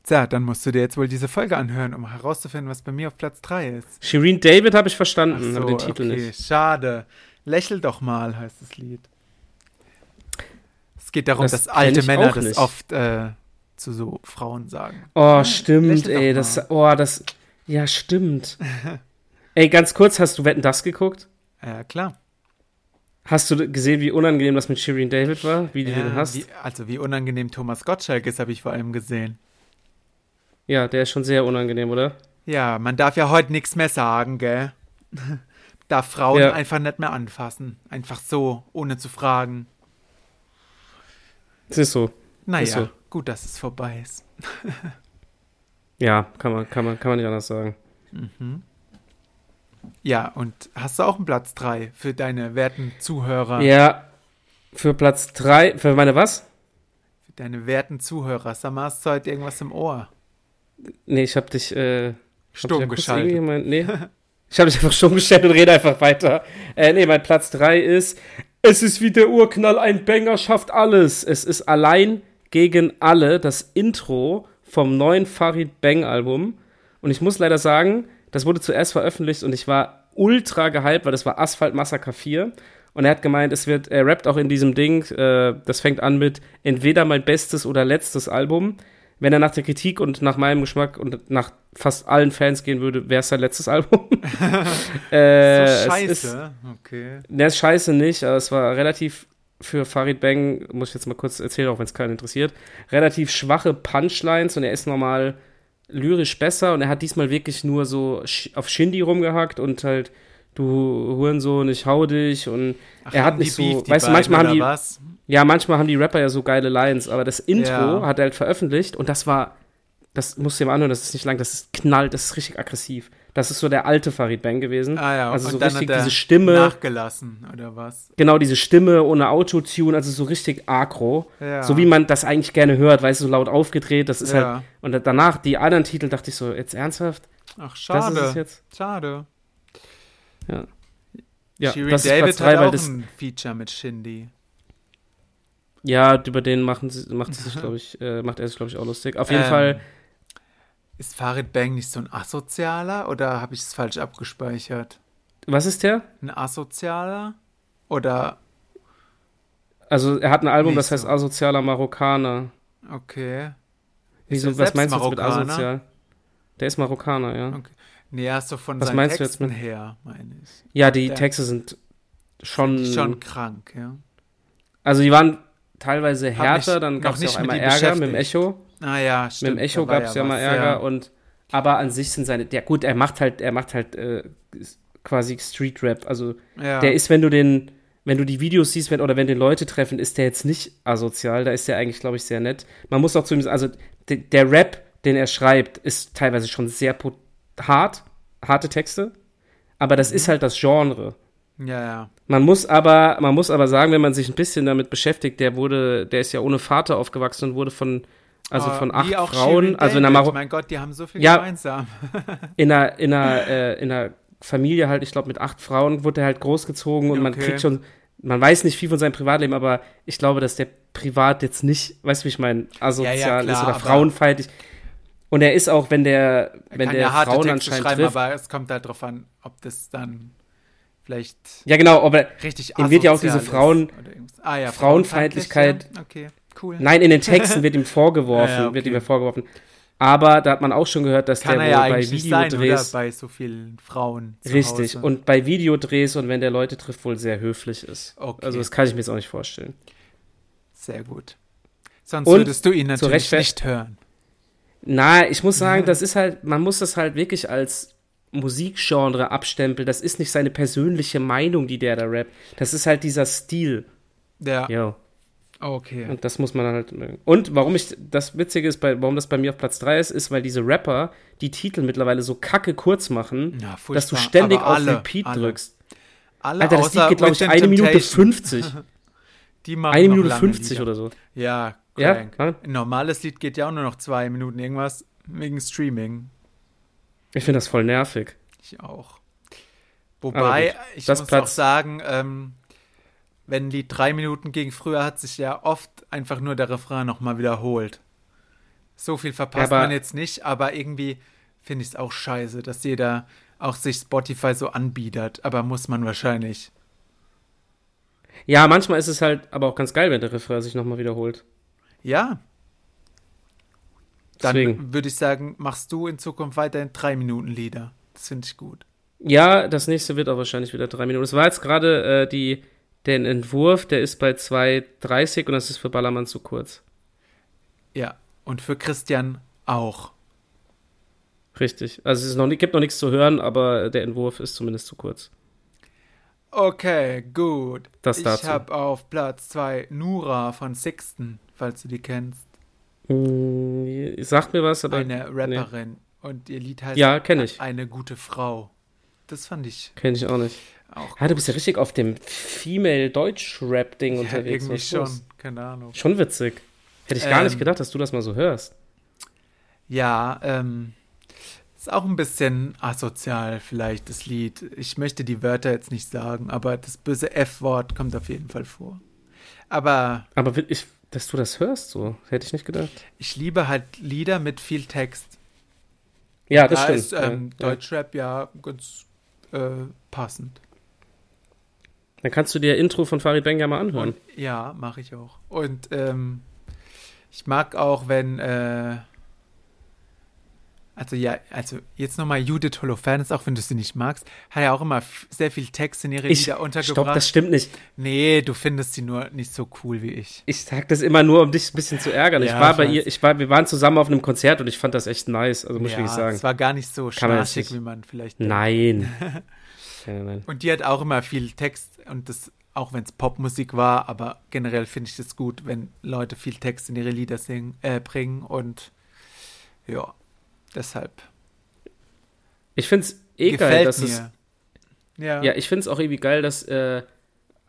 [SPEAKER 2] Tja, dann musst du dir jetzt wohl diese Folge anhören, um herauszufinden, was bei mir auf Platz 3 ist.
[SPEAKER 1] Shireen David habe ich
[SPEAKER 2] Ach
[SPEAKER 1] verstanden, aber den
[SPEAKER 2] so,
[SPEAKER 1] Titel
[SPEAKER 2] okay,
[SPEAKER 1] nicht.
[SPEAKER 2] schade. Lächel doch mal heißt das Lied. Es geht darum,
[SPEAKER 1] Das
[SPEAKER 2] dass
[SPEAKER 1] kenn
[SPEAKER 2] alte
[SPEAKER 1] ich
[SPEAKER 2] Männer
[SPEAKER 1] auch
[SPEAKER 2] das
[SPEAKER 1] nicht.
[SPEAKER 2] oft äh, zu so Frauen sagen.
[SPEAKER 1] Oh, stimmt,
[SPEAKER 2] lächel doch
[SPEAKER 1] ey.
[SPEAKER 2] mal.
[SPEAKER 1] Das, oh, das. Ja, stimmt. ey, ganz kurz, hast du Wetten das geguckt?
[SPEAKER 2] Ja, klar.
[SPEAKER 1] Hast du gesehen, wie unangenehm das mit Shirin David war? Wie du den
[SPEAKER 2] Ja,
[SPEAKER 1] hast?
[SPEAKER 2] wie, also wie unangenehm Thomas Gottschalk ist, habe ich vor allem gesehen.
[SPEAKER 1] Ja, der ist schon sehr unangenehm, oder?
[SPEAKER 2] Ja, man darf ja heute nichts mehr sagen, gell? Darf Frauen
[SPEAKER 1] Ja.
[SPEAKER 2] einfach nicht mehr anfassen. Einfach so, ohne zu fragen.
[SPEAKER 1] Es ist so.
[SPEAKER 2] Naja,
[SPEAKER 1] Ist so.
[SPEAKER 2] gut, dass es vorbei ist.
[SPEAKER 1] Ja, kann man, kann man, kann man nicht anders sagen.
[SPEAKER 2] Ja, und hast du auch einen Platz 3 für deine werten Zuhörer?
[SPEAKER 1] Ja, für Platz 3, für meine was?
[SPEAKER 2] Für deine werten Zuhörer. Summer, hast du heute irgendwas im Ohr?
[SPEAKER 1] Nee, ich hab dich, äh,
[SPEAKER 2] Stumm
[SPEAKER 1] hab dich ja kurz irgendwie
[SPEAKER 2] geschaltet.
[SPEAKER 1] gemeint, nee. Ich habe dich einfach stumm gestellt und rede einfach weiter. Äh, nee, mein Platz 3 ist, es ist wie der Urknall, ein Banger schafft alles. Es ist allein gegen alle das Intro vom neuen Farid Bang Album. Und ich muss leider sagen, das wurde zuerst veröffentlicht und ich war ultra gehypt, weil das war Asphalt Massaker 4. Und er hat gemeint, es wird, er rappt auch in diesem Ding, äh, das fängt an mit entweder mein bestes oder letztes Album. Wenn er nach der Kritik und nach meinem Geschmack und nach fast allen Fans gehen würde, wäre es sein letztes Album. äh,
[SPEAKER 2] so
[SPEAKER 1] Es ist,
[SPEAKER 2] scheiße. okay.
[SPEAKER 1] Ne, ist scheiße nicht, aber es war relativ für Farid Bang, muss ich jetzt mal kurz erzählen, auch wenn es keinen interessiert, relativ schwache Punchlines und er ist normal lyrisch besser und er hat diesmal wirklich nur so sch- auf Shindy rumgehackt und halt, du Hurensohn, ich hau dich und
[SPEAKER 2] Ach,
[SPEAKER 1] er hat
[SPEAKER 2] haben
[SPEAKER 1] nicht so,
[SPEAKER 2] die Beef, die
[SPEAKER 1] weißt du,
[SPEAKER 2] beiden,
[SPEAKER 1] manchmal haben
[SPEAKER 2] oder
[SPEAKER 1] die-
[SPEAKER 2] Was?
[SPEAKER 1] ja, manchmal haben die Rapper ja so geile Lines, aber das Intro
[SPEAKER 2] Ja.
[SPEAKER 1] hat er halt veröffentlicht und das war, das musst du dir mal anhören, das ist nicht lang, das ist knallt, das ist richtig aggressiv. Das ist so der alte Farid Bang gewesen.
[SPEAKER 2] Ah ja,
[SPEAKER 1] also
[SPEAKER 2] und
[SPEAKER 1] so
[SPEAKER 2] dann
[SPEAKER 1] richtig
[SPEAKER 2] hat er
[SPEAKER 1] diese Stimme,
[SPEAKER 2] nachgelassen, oder was?
[SPEAKER 1] genau diese Stimme ohne Autotune, also so richtig agro.
[SPEAKER 2] Ja.
[SPEAKER 1] So wie man das eigentlich gerne hört, weißt du, so laut aufgedreht, das ist
[SPEAKER 2] Ja.
[SPEAKER 1] halt. Und danach die anderen Titel dachte ich so, jetzt ernsthaft?
[SPEAKER 2] Ach,
[SPEAKER 1] Das
[SPEAKER 2] schade.
[SPEAKER 1] ist es jetzt?
[SPEAKER 2] Schade.
[SPEAKER 1] Ja. Ja,
[SPEAKER 2] Shirin
[SPEAKER 1] das ist
[SPEAKER 2] David
[SPEAKER 1] Platz 3,
[SPEAKER 2] hat
[SPEAKER 1] weil
[SPEAKER 2] auch
[SPEAKER 1] das.
[SPEAKER 2] ein Feature mit Shindy.
[SPEAKER 1] Ja, über den machen sie, macht, sie sich, glaub ich, äh, macht er sich, glaube ich, auch lustig. Auf jeden
[SPEAKER 2] Ähm,
[SPEAKER 1] Fall,
[SPEAKER 2] Ist Farid Bang nicht so ein Asozialer oder habe ich es falsch abgespeichert?
[SPEAKER 1] was ist der?
[SPEAKER 2] Ein Asozialer? Oder,
[SPEAKER 1] Also, er hat ein Album,
[SPEAKER 2] Nicht
[SPEAKER 1] das heißt
[SPEAKER 2] so.
[SPEAKER 1] Asozialer Marokkaner.
[SPEAKER 2] okay. Ist
[SPEAKER 1] Wieso,
[SPEAKER 2] er
[SPEAKER 1] was
[SPEAKER 2] selbst
[SPEAKER 1] meinst du jetzt mit
[SPEAKER 2] Marokkaner?
[SPEAKER 1] asozial? Der ist Marokkaner, ja.
[SPEAKER 2] Okay. Nee, erst so von
[SPEAKER 1] Was
[SPEAKER 2] seinen
[SPEAKER 1] meinst du jetzt
[SPEAKER 2] Texten
[SPEAKER 1] mit-
[SPEAKER 2] her, meine ich.
[SPEAKER 1] Ja, die
[SPEAKER 2] Der-
[SPEAKER 1] Texte sind schon,
[SPEAKER 2] Schon krank, ja.
[SPEAKER 1] Also, die waren teilweise härter,
[SPEAKER 2] mich
[SPEAKER 1] dann
[SPEAKER 2] noch
[SPEAKER 1] gab es ja
[SPEAKER 2] nicht
[SPEAKER 1] auch
[SPEAKER 2] mit
[SPEAKER 1] einmal
[SPEAKER 2] ihm
[SPEAKER 1] Ärger mit dem
[SPEAKER 2] beschäftigt.
[SPEAKER 1] Echo.
[SPEAKER 2] Ah ja,
[SPEAKER 1] Mit
[SPEAKER 2] stimmt.
[SPEAKER 1] dem Echo
[SPEAKER 2] da war
[SPEAKER 1] gab es ja mal
[SPEAKER 2] was,
[SPEAKER 1] Ärger und aber an sich sind seine. Ja gut, er macht halt, er macht halt äh, s- quasi Street Rap. Also
[SPEAKER 2] Ja. Ja.
[SPEAKER 1] der ist, wenn du den, wenn du die Videos siehst, wenn oder wenn den Leute treffen, ist der jetzt nicht asozial. Da ist der eigentlich, glaube ich, sehr nett. Man muss auch zu ihm, sagen, also de, der Rap, den er schreibt, ist teilweise schon sehr po- hart, harte Texte. Aber
[SPEAKER 2] Mhm.
[SPEAKER 1] das ist halt das Genre.
[SPEAKER 2] ja, ja.
[SPEAKER 1] Man muss aber, man muss aber sagen, wenn man sich ein bisschen damit beschäftigt, der wurde, der ist ja ohne Vater aufgewachsen und wurde von, also
[SPEAKER 2] Aber
[SPEAKER 1] von
[SPEAKER 2] Ah, wie
[SPEAKER 1] acht
[SPEAKER 2] auch
[SPEAKER 1] Frauen,
[SPEAKER 2] Shirin
[SPEAKER 1] also in der,
[SPEAKER 2] David,
[SPEAKER 1] Maro
[SPEAKER 2] Mein Gott, die haben so viel
[SPEAKER 1] Ja.
[SPEAKER 2] gemeinsam.
[SPEAKER 1] in einer, in einer, äh, in einer Familie halt, ich glaube, mit acht Frauen wurde er halt großgezogen und man
[SPEAKER 2] Okay.
[SPEAKER 1] kriegt schon, man weiß nicht viel von seinem Privatleben, aber ich glaube, dass der privat jetzt nicht, weißt du, wie ich meine, asozial
[SPEAKER 2] Ja, ja,
[SPEAKER 1] ist
[SPEAKER 2] klar,
[SPEAKER 1] oder
[SPEAKER 2] aber-
[SPEAKER 1] frauenfeindlich. Und er ist auch, wenn der, wenn
[SPEAKER 2] Kann
[SPEAKER 1] der
[SPEAKER 2] ja harte
[SPEAKER 1] Frauen
[SPEAKER 2] Texte
[SPEAKER 1] anscheinend
[SPEAKER 2] schreiben,
[SPEAKER 1] trifft.
[SPEAKER 2] aber es kommt halt drauf an, ob das dann vielleicht
[SPEAKER 1] Ja, genau, aber
[SPEAKER 2] richtig
[SPEAKER 1] Ihm wird ja auch
[SPEAKER 2] asozial
[SPEAKER 1] diese
[SPEAKER 2] ist
[SPEAKER 1] Frauen-
[SPEAKER 2] oder irgendwas. ah, ja,
[SPEAKER 1] Frauenfeindlichkeit-
[SPEAKER 2] Frauenfeindlichkeit. Okay, cool.
[SPEAKER 1] nein, in den Texten wird ihm vorgeworfen,
[SPEAKER 2] Ja, ja, okay.
[SPEAKER 1] wird ihm ja vorgeworfen. Aber da hat man auch schon gehört, dass
[SPEAKER 2] Kann
[SPEAKER 1] der
[SPEAKER 2] er
[SPEAKER 1] wohl
[SPEAKER 2] ja
[SPEAKER 1] bei
[SPEAKER 2] eigentlich nicht sein, oder?
[SPEAKER 1] Videodrehs,
[SPEAKER 2] Bei so vielen Frauen zu
[SPEAKER 1] richtig,
[SPEAKER 2] Hause.
[SPEAKER 1] und bei Videodrehs und wenn der Leute trifft, wohl sehr höflich ist.
[SPEAKER 2] Okay.
[SPEAKER 1] Also das kann ich mir jetzt auch nicht vorstellen.
[SPEAKER 2] Sehr gut. Sonst
[SPEAKER 1] Und
[SPEAKER 2] würdest du ihn
[SPEAKER 1] zur
[SPEAKER 2] natürlich
[SPEAKER 1] Rechtfer-
[SPEAKER 2] nicht hören.
[SPEAKER 1] Na, ich muss sagen, das ist halt, man muss das halt wirklich als Musikgenre abstempeln. Das ist nicht seine persönliche Meinung, die der da rappt. Das ist halt dieser Stil.
[SPEAKER 2] Ja,
[SPEAKER 1] Ja.
[SPEAKER 2] okay.
[SPEAKER 1] Und das muss man halt mögen. Und warum ich das Witzige ist, bei, warum das bei mir auf Platz 3 ist, ist, weil diese Rapper die Titel mittlerweile so kacke kurz machen,
[SPEAKER 2] Ja, furchtbar.
[SPEAKER 1] dass du ständig
[SPEAKER 2] Aber
[SPEAKER 1] auf
[SPEAKER 2] alle,
[SPEAKER 1] Repeat
[SPEAKER 2] alle.
[SPEAKER 1] drückst.
[SPEAKER 2] Alle
[SPEAKER 1] Alter, das
[SPEAKER 2] außer
[SPEAKER 1] Lied geht, glaube ich,
[SPEAKER 2] Within
[SPEAKER 1] eine Minute
[SPEAKER 2] Temptation.
[SPEAKER 1] 50.
[SPEAKER 2] Die machen
[SPEAKER 1] Eine
[SPEAKER 2] noch
[SPEAKER 1] Minute
[SPEAKER 2] lange
[SPEAKER 1] 50
[SPEAKER 2] Lieder.
[SPEAKER 1] oder so.
[SPEAKER 2] Ja,
[SPEAKER 1] Ja,
[SPEAKER 2] crank.
[SPEAKER 1] ne?
[SPEAKER 2] Ein normales Lied geht ja auch nur noch zwei Minuten irgendwas wegen Streaming.
[SPEAKER 1] Ich finde das voll nervig.
[SPEAKER 2] Ich auch. Wobei, ich
[SPEAKER 1] das
[SPEAKER 2] muss auch
[SPEAKER 1] Platz-
[SPEAKER 2] sagen, ähm, wenn ein Lied drei Minuten ging, früher hat sich ja oft einfach nur der Refrain nochmal wiederholt. So viel verpasst
[SPEAKER 1] Aber-
[SPEAKER 2] man jetzt nicht, aber irgendwie finde ich es auch scheiße, dass jeder auch sich Spotify so anbietet, aber muss man wahrscheinlich.
[SPEAKER 1] Ja, manchmal ist es halt aber auch ganz geil, wenn der Refrain sich nochmal wiederholt.
[SPEAKER 2] Ja.
[SPEAKER 1] Deswegen.
[SPEAKER 2] Dann würde ich sagen, machst du in Zukunft weiterhin drei Minuten Lieder. Das finde ich gut.
[SPEAKER 1] Ja, das nächste wird auch wahrscheinlich wieder drei Minuten. Es war jetzt gerade äh, die, den Entwurf, der ist bei 2,30 und das ist für Ballermann zu kurz.
[SPEAKER 2] Ja. Und für Christian auch.
[SPEAKER 1] Richtig. Also es ist noch, ni- gibt noch nichts zu hören, aber der Entwurf ist zumindest zu kurz.
[SPEAKER 2] Okay, gut.
[SPEAKER 1] Das
[SPEAKER 2] ich
[SPEAKER 1] dazu.
[SPEAKER 2] habe auf Platz 2 Nura von Sixten, falls du die kennst.
[SPEAKER 1] Mm, Sagt mir was, aber.
[SPEAKER 2] Eine Rapperin. Und ihr Lied heißt
[SPEAKER 1] Ja, kenne ich.
[SPEAKER 2] Eine gute Frau. Das fand ich
[SPEAKER 1] Kenne ich auch nicht.
[SPEAKER 2] auch
[SPEAKER 1] Ah, du bist ja richtig auf dem Female-Deutsch-Rap-Ding
[SPEAKER 2] ja,
[SPEAKER 1] unterwegs.
[SPEAKER 2] irgendwie
[SPEAKER 1] Was ist los?
[SPEAKER 2] schon. Keine Ahnung.
[SPEAKER 1] Schon witzig. Hätte ich gar
[SPEAKER 2] Ähm.
[SPEAKER 1] nicht gedacht, dass du das mal so hörst.
[SPEAKER 2] Ja, ähm, ist auch ein bisschen asozial vielleicht das Lied. Ich möchte die Wörter jetzt nicht sagen, aber das böse F-Wort kommt auf jeden Fall vor. Aber
[SPEAKER 1] Aber wi- ich, dass du das hörst, so. Hätte ich nicht gedacht.
[SPEAKER 2] ich liebe halt Lieder mit viel Text.
[SPEAKER 1] Ja, das
[SPEAKER 2] da
[SPEAKER 1] stimmt.
[SPEAKER 2] ist ähm,
[SPEAKER 1] ja, ja.
[SPEAKER 2] Deutschrap ja ganz äh, passend.
[SPEAKER 1] Dann kannst du dir Intro von Farid Bang ja mal anhören.
[SPEAKER 2] Und ja, mache ich auch. Und ähm, ich mag auch, wenn äh, also ja, also jetzt nochmal Judith Holofernes, auch wenn du sie nicht magst, hat ja auch immer f- sehr viel Text in ihre
[SPEAKER 1] Ich-
[SPEAKER 2] Lieder
[SPEAKER 1] Stopp,
[SPEAKER 2] untergebracht.
[SPEAKER 1] das stimmt nicht.
[SPEAKER 2] nee, du findest sie nur nicht so cool wie ich.
[SPEAKER 1] Ich sag das immer nur, um dich ein bisschen zu ärgern.
[SPEAKER 2] Ja,
[SPEAKER 1] ich war
[SPEAKER 2] ich
[SPEAKER 1] bei
[SPEAKER 2] weiß.
[SPEAKER 1] ihr, ich war, wir waren zusammen auf einem Konzert und ich fand das echt nice, also muss ich
[SPEAKER 2] ja,
[SPEAKER 1] wirklich sagen.
[SPEAKER 2] es war gar nicht so
[SPEAKER 1] Kann man jetzt
[SPEAKER 2] schnarchig,
[SPEAKER 1] nicht-
[SPEAKER 2] wie man vielleicht denkt.
[SPEAKER 1] Nein. nein, nein, nein.
[SPEAKER 2] Und die hat auch immer viel Text und das, auch wenn es Popmusik war, aber generell finde ich es gut, wenn Leute viel Text in ihre Lieder singen, äh, bringen und ja, deshalb
[SPEAKER 1] Ich find's eh geil,
[SPEAKER 2] gefällt
[SPEAKER 1] dass es.
[SPEAKER 2] mir. ja.
[SPEAKER 1] Ja, ich find's auch irgendwie geil, dass äh,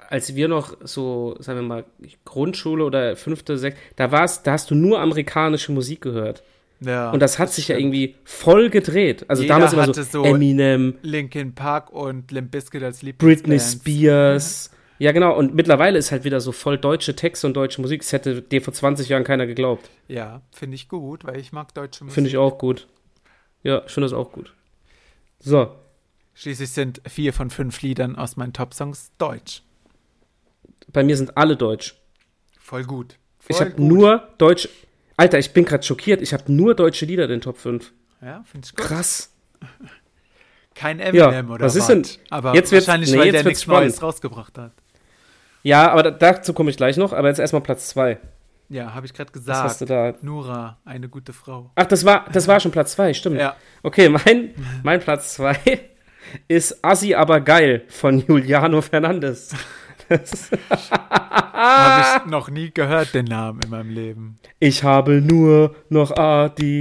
[SPEAKER 1] als wir noch so, sagen wir mal, Grundschule oder fünfte, sechste, da war's, da hast du nur amerikanische Musik gehört.
[SPEAKER 2] Ja,
[SPEAKER 1] und das hat
[SPEAKER 2] das
[SPEAKER 1] sich ja
[SPEAKER 2] stimmt.
[SPEAKER 1] irgendwie voll gedreht. Also
[SPEAKER 2] Jeder
[SPEAKER 1] damals immer
[SPEAKER 2] hatte
[SPEAKER 1] so,
[SPEAKER 2] so
[SPEAKER 1] Eminem,
[SPEAKER 2] Linkin Park und Limp Bizkit als Lieblingsbands.
[SPEAKER 1] Britney Spears. Ja, genau. Und mittlerweile ist halt wieder so voll deutsche Texte und deutsche Musik. Das hätte dir vor 20 Jahren keiner geglaubt.
[SPEAKER 2] Ja, finde ich gut, weil ich mag deutsche Musik.
[SPEAKER 1] Finde ich auch gut. Ja, ich finde das auch gut. So,
[SPEAKER 2] Schließlich sind vier von fünf Liedern aus meinen Top-Songs deutsch.
[SPEAKER 1] bei mir sind alle deutsch.
[SPEAKER 2] Voll gut. Voll
[SPEAKER 1] Ich habe
[SPEAKER 2] gut.
[SPEAKER 1] nur deutsch. Alter, ich bin gerade schockiert. Ich habe nur deutsche Lieder in den Top 5.
[SPEAKER 2] Ja, finde ich gut.
[SPEAKER 1] Krass.
[SPEAKER 2] Kein Eminem
[SPEAKER 1] Ja,
[SPEAKER 2] oder
[SPEAKER 1] was
[SPEAKER 2] was?
[SPEAKER 1] ist denn-
[SPEAKER 2] Aber
[SPEAKER 1] jetzt wird's-
[SPEAKER 2] wahrscheinlich,
[SPEAKER 1] nee,
[SPEAKER 2] weil
[SPEAKER 1] jetzt
[SPEAKER 2] der
[SPEAKER 1] wird's
[SPEAKER 2] nichts Neues rausgebracht hat.
[SPEAKER 1] Ja, aber da, dazu komme ich gleich noch. Aber jetzt erstmal Platz 2.
[SPEAKER 2] Ja, habe ich gerade
[SPEAKER 1] Was hast du
[SPEAKER 2] gesagt.
[SPEAKER 1] da?
[SPEAKER 2] Nura, eine gute Frau.
[SPEAKER 1] Ach, das war, das war schon Platz 2, stimmt.
[SPEAKER 2] Ja,
[SPEAKER 1] Okay, mein, mein Platz 2 ist Assi aber geil von Juliano Fernandes. Das, Ah!
[SPEAKER 2] habe ich noch nie gehört, den Namen in meinem Leben.
[SPEAKER 1] ich habe nur noch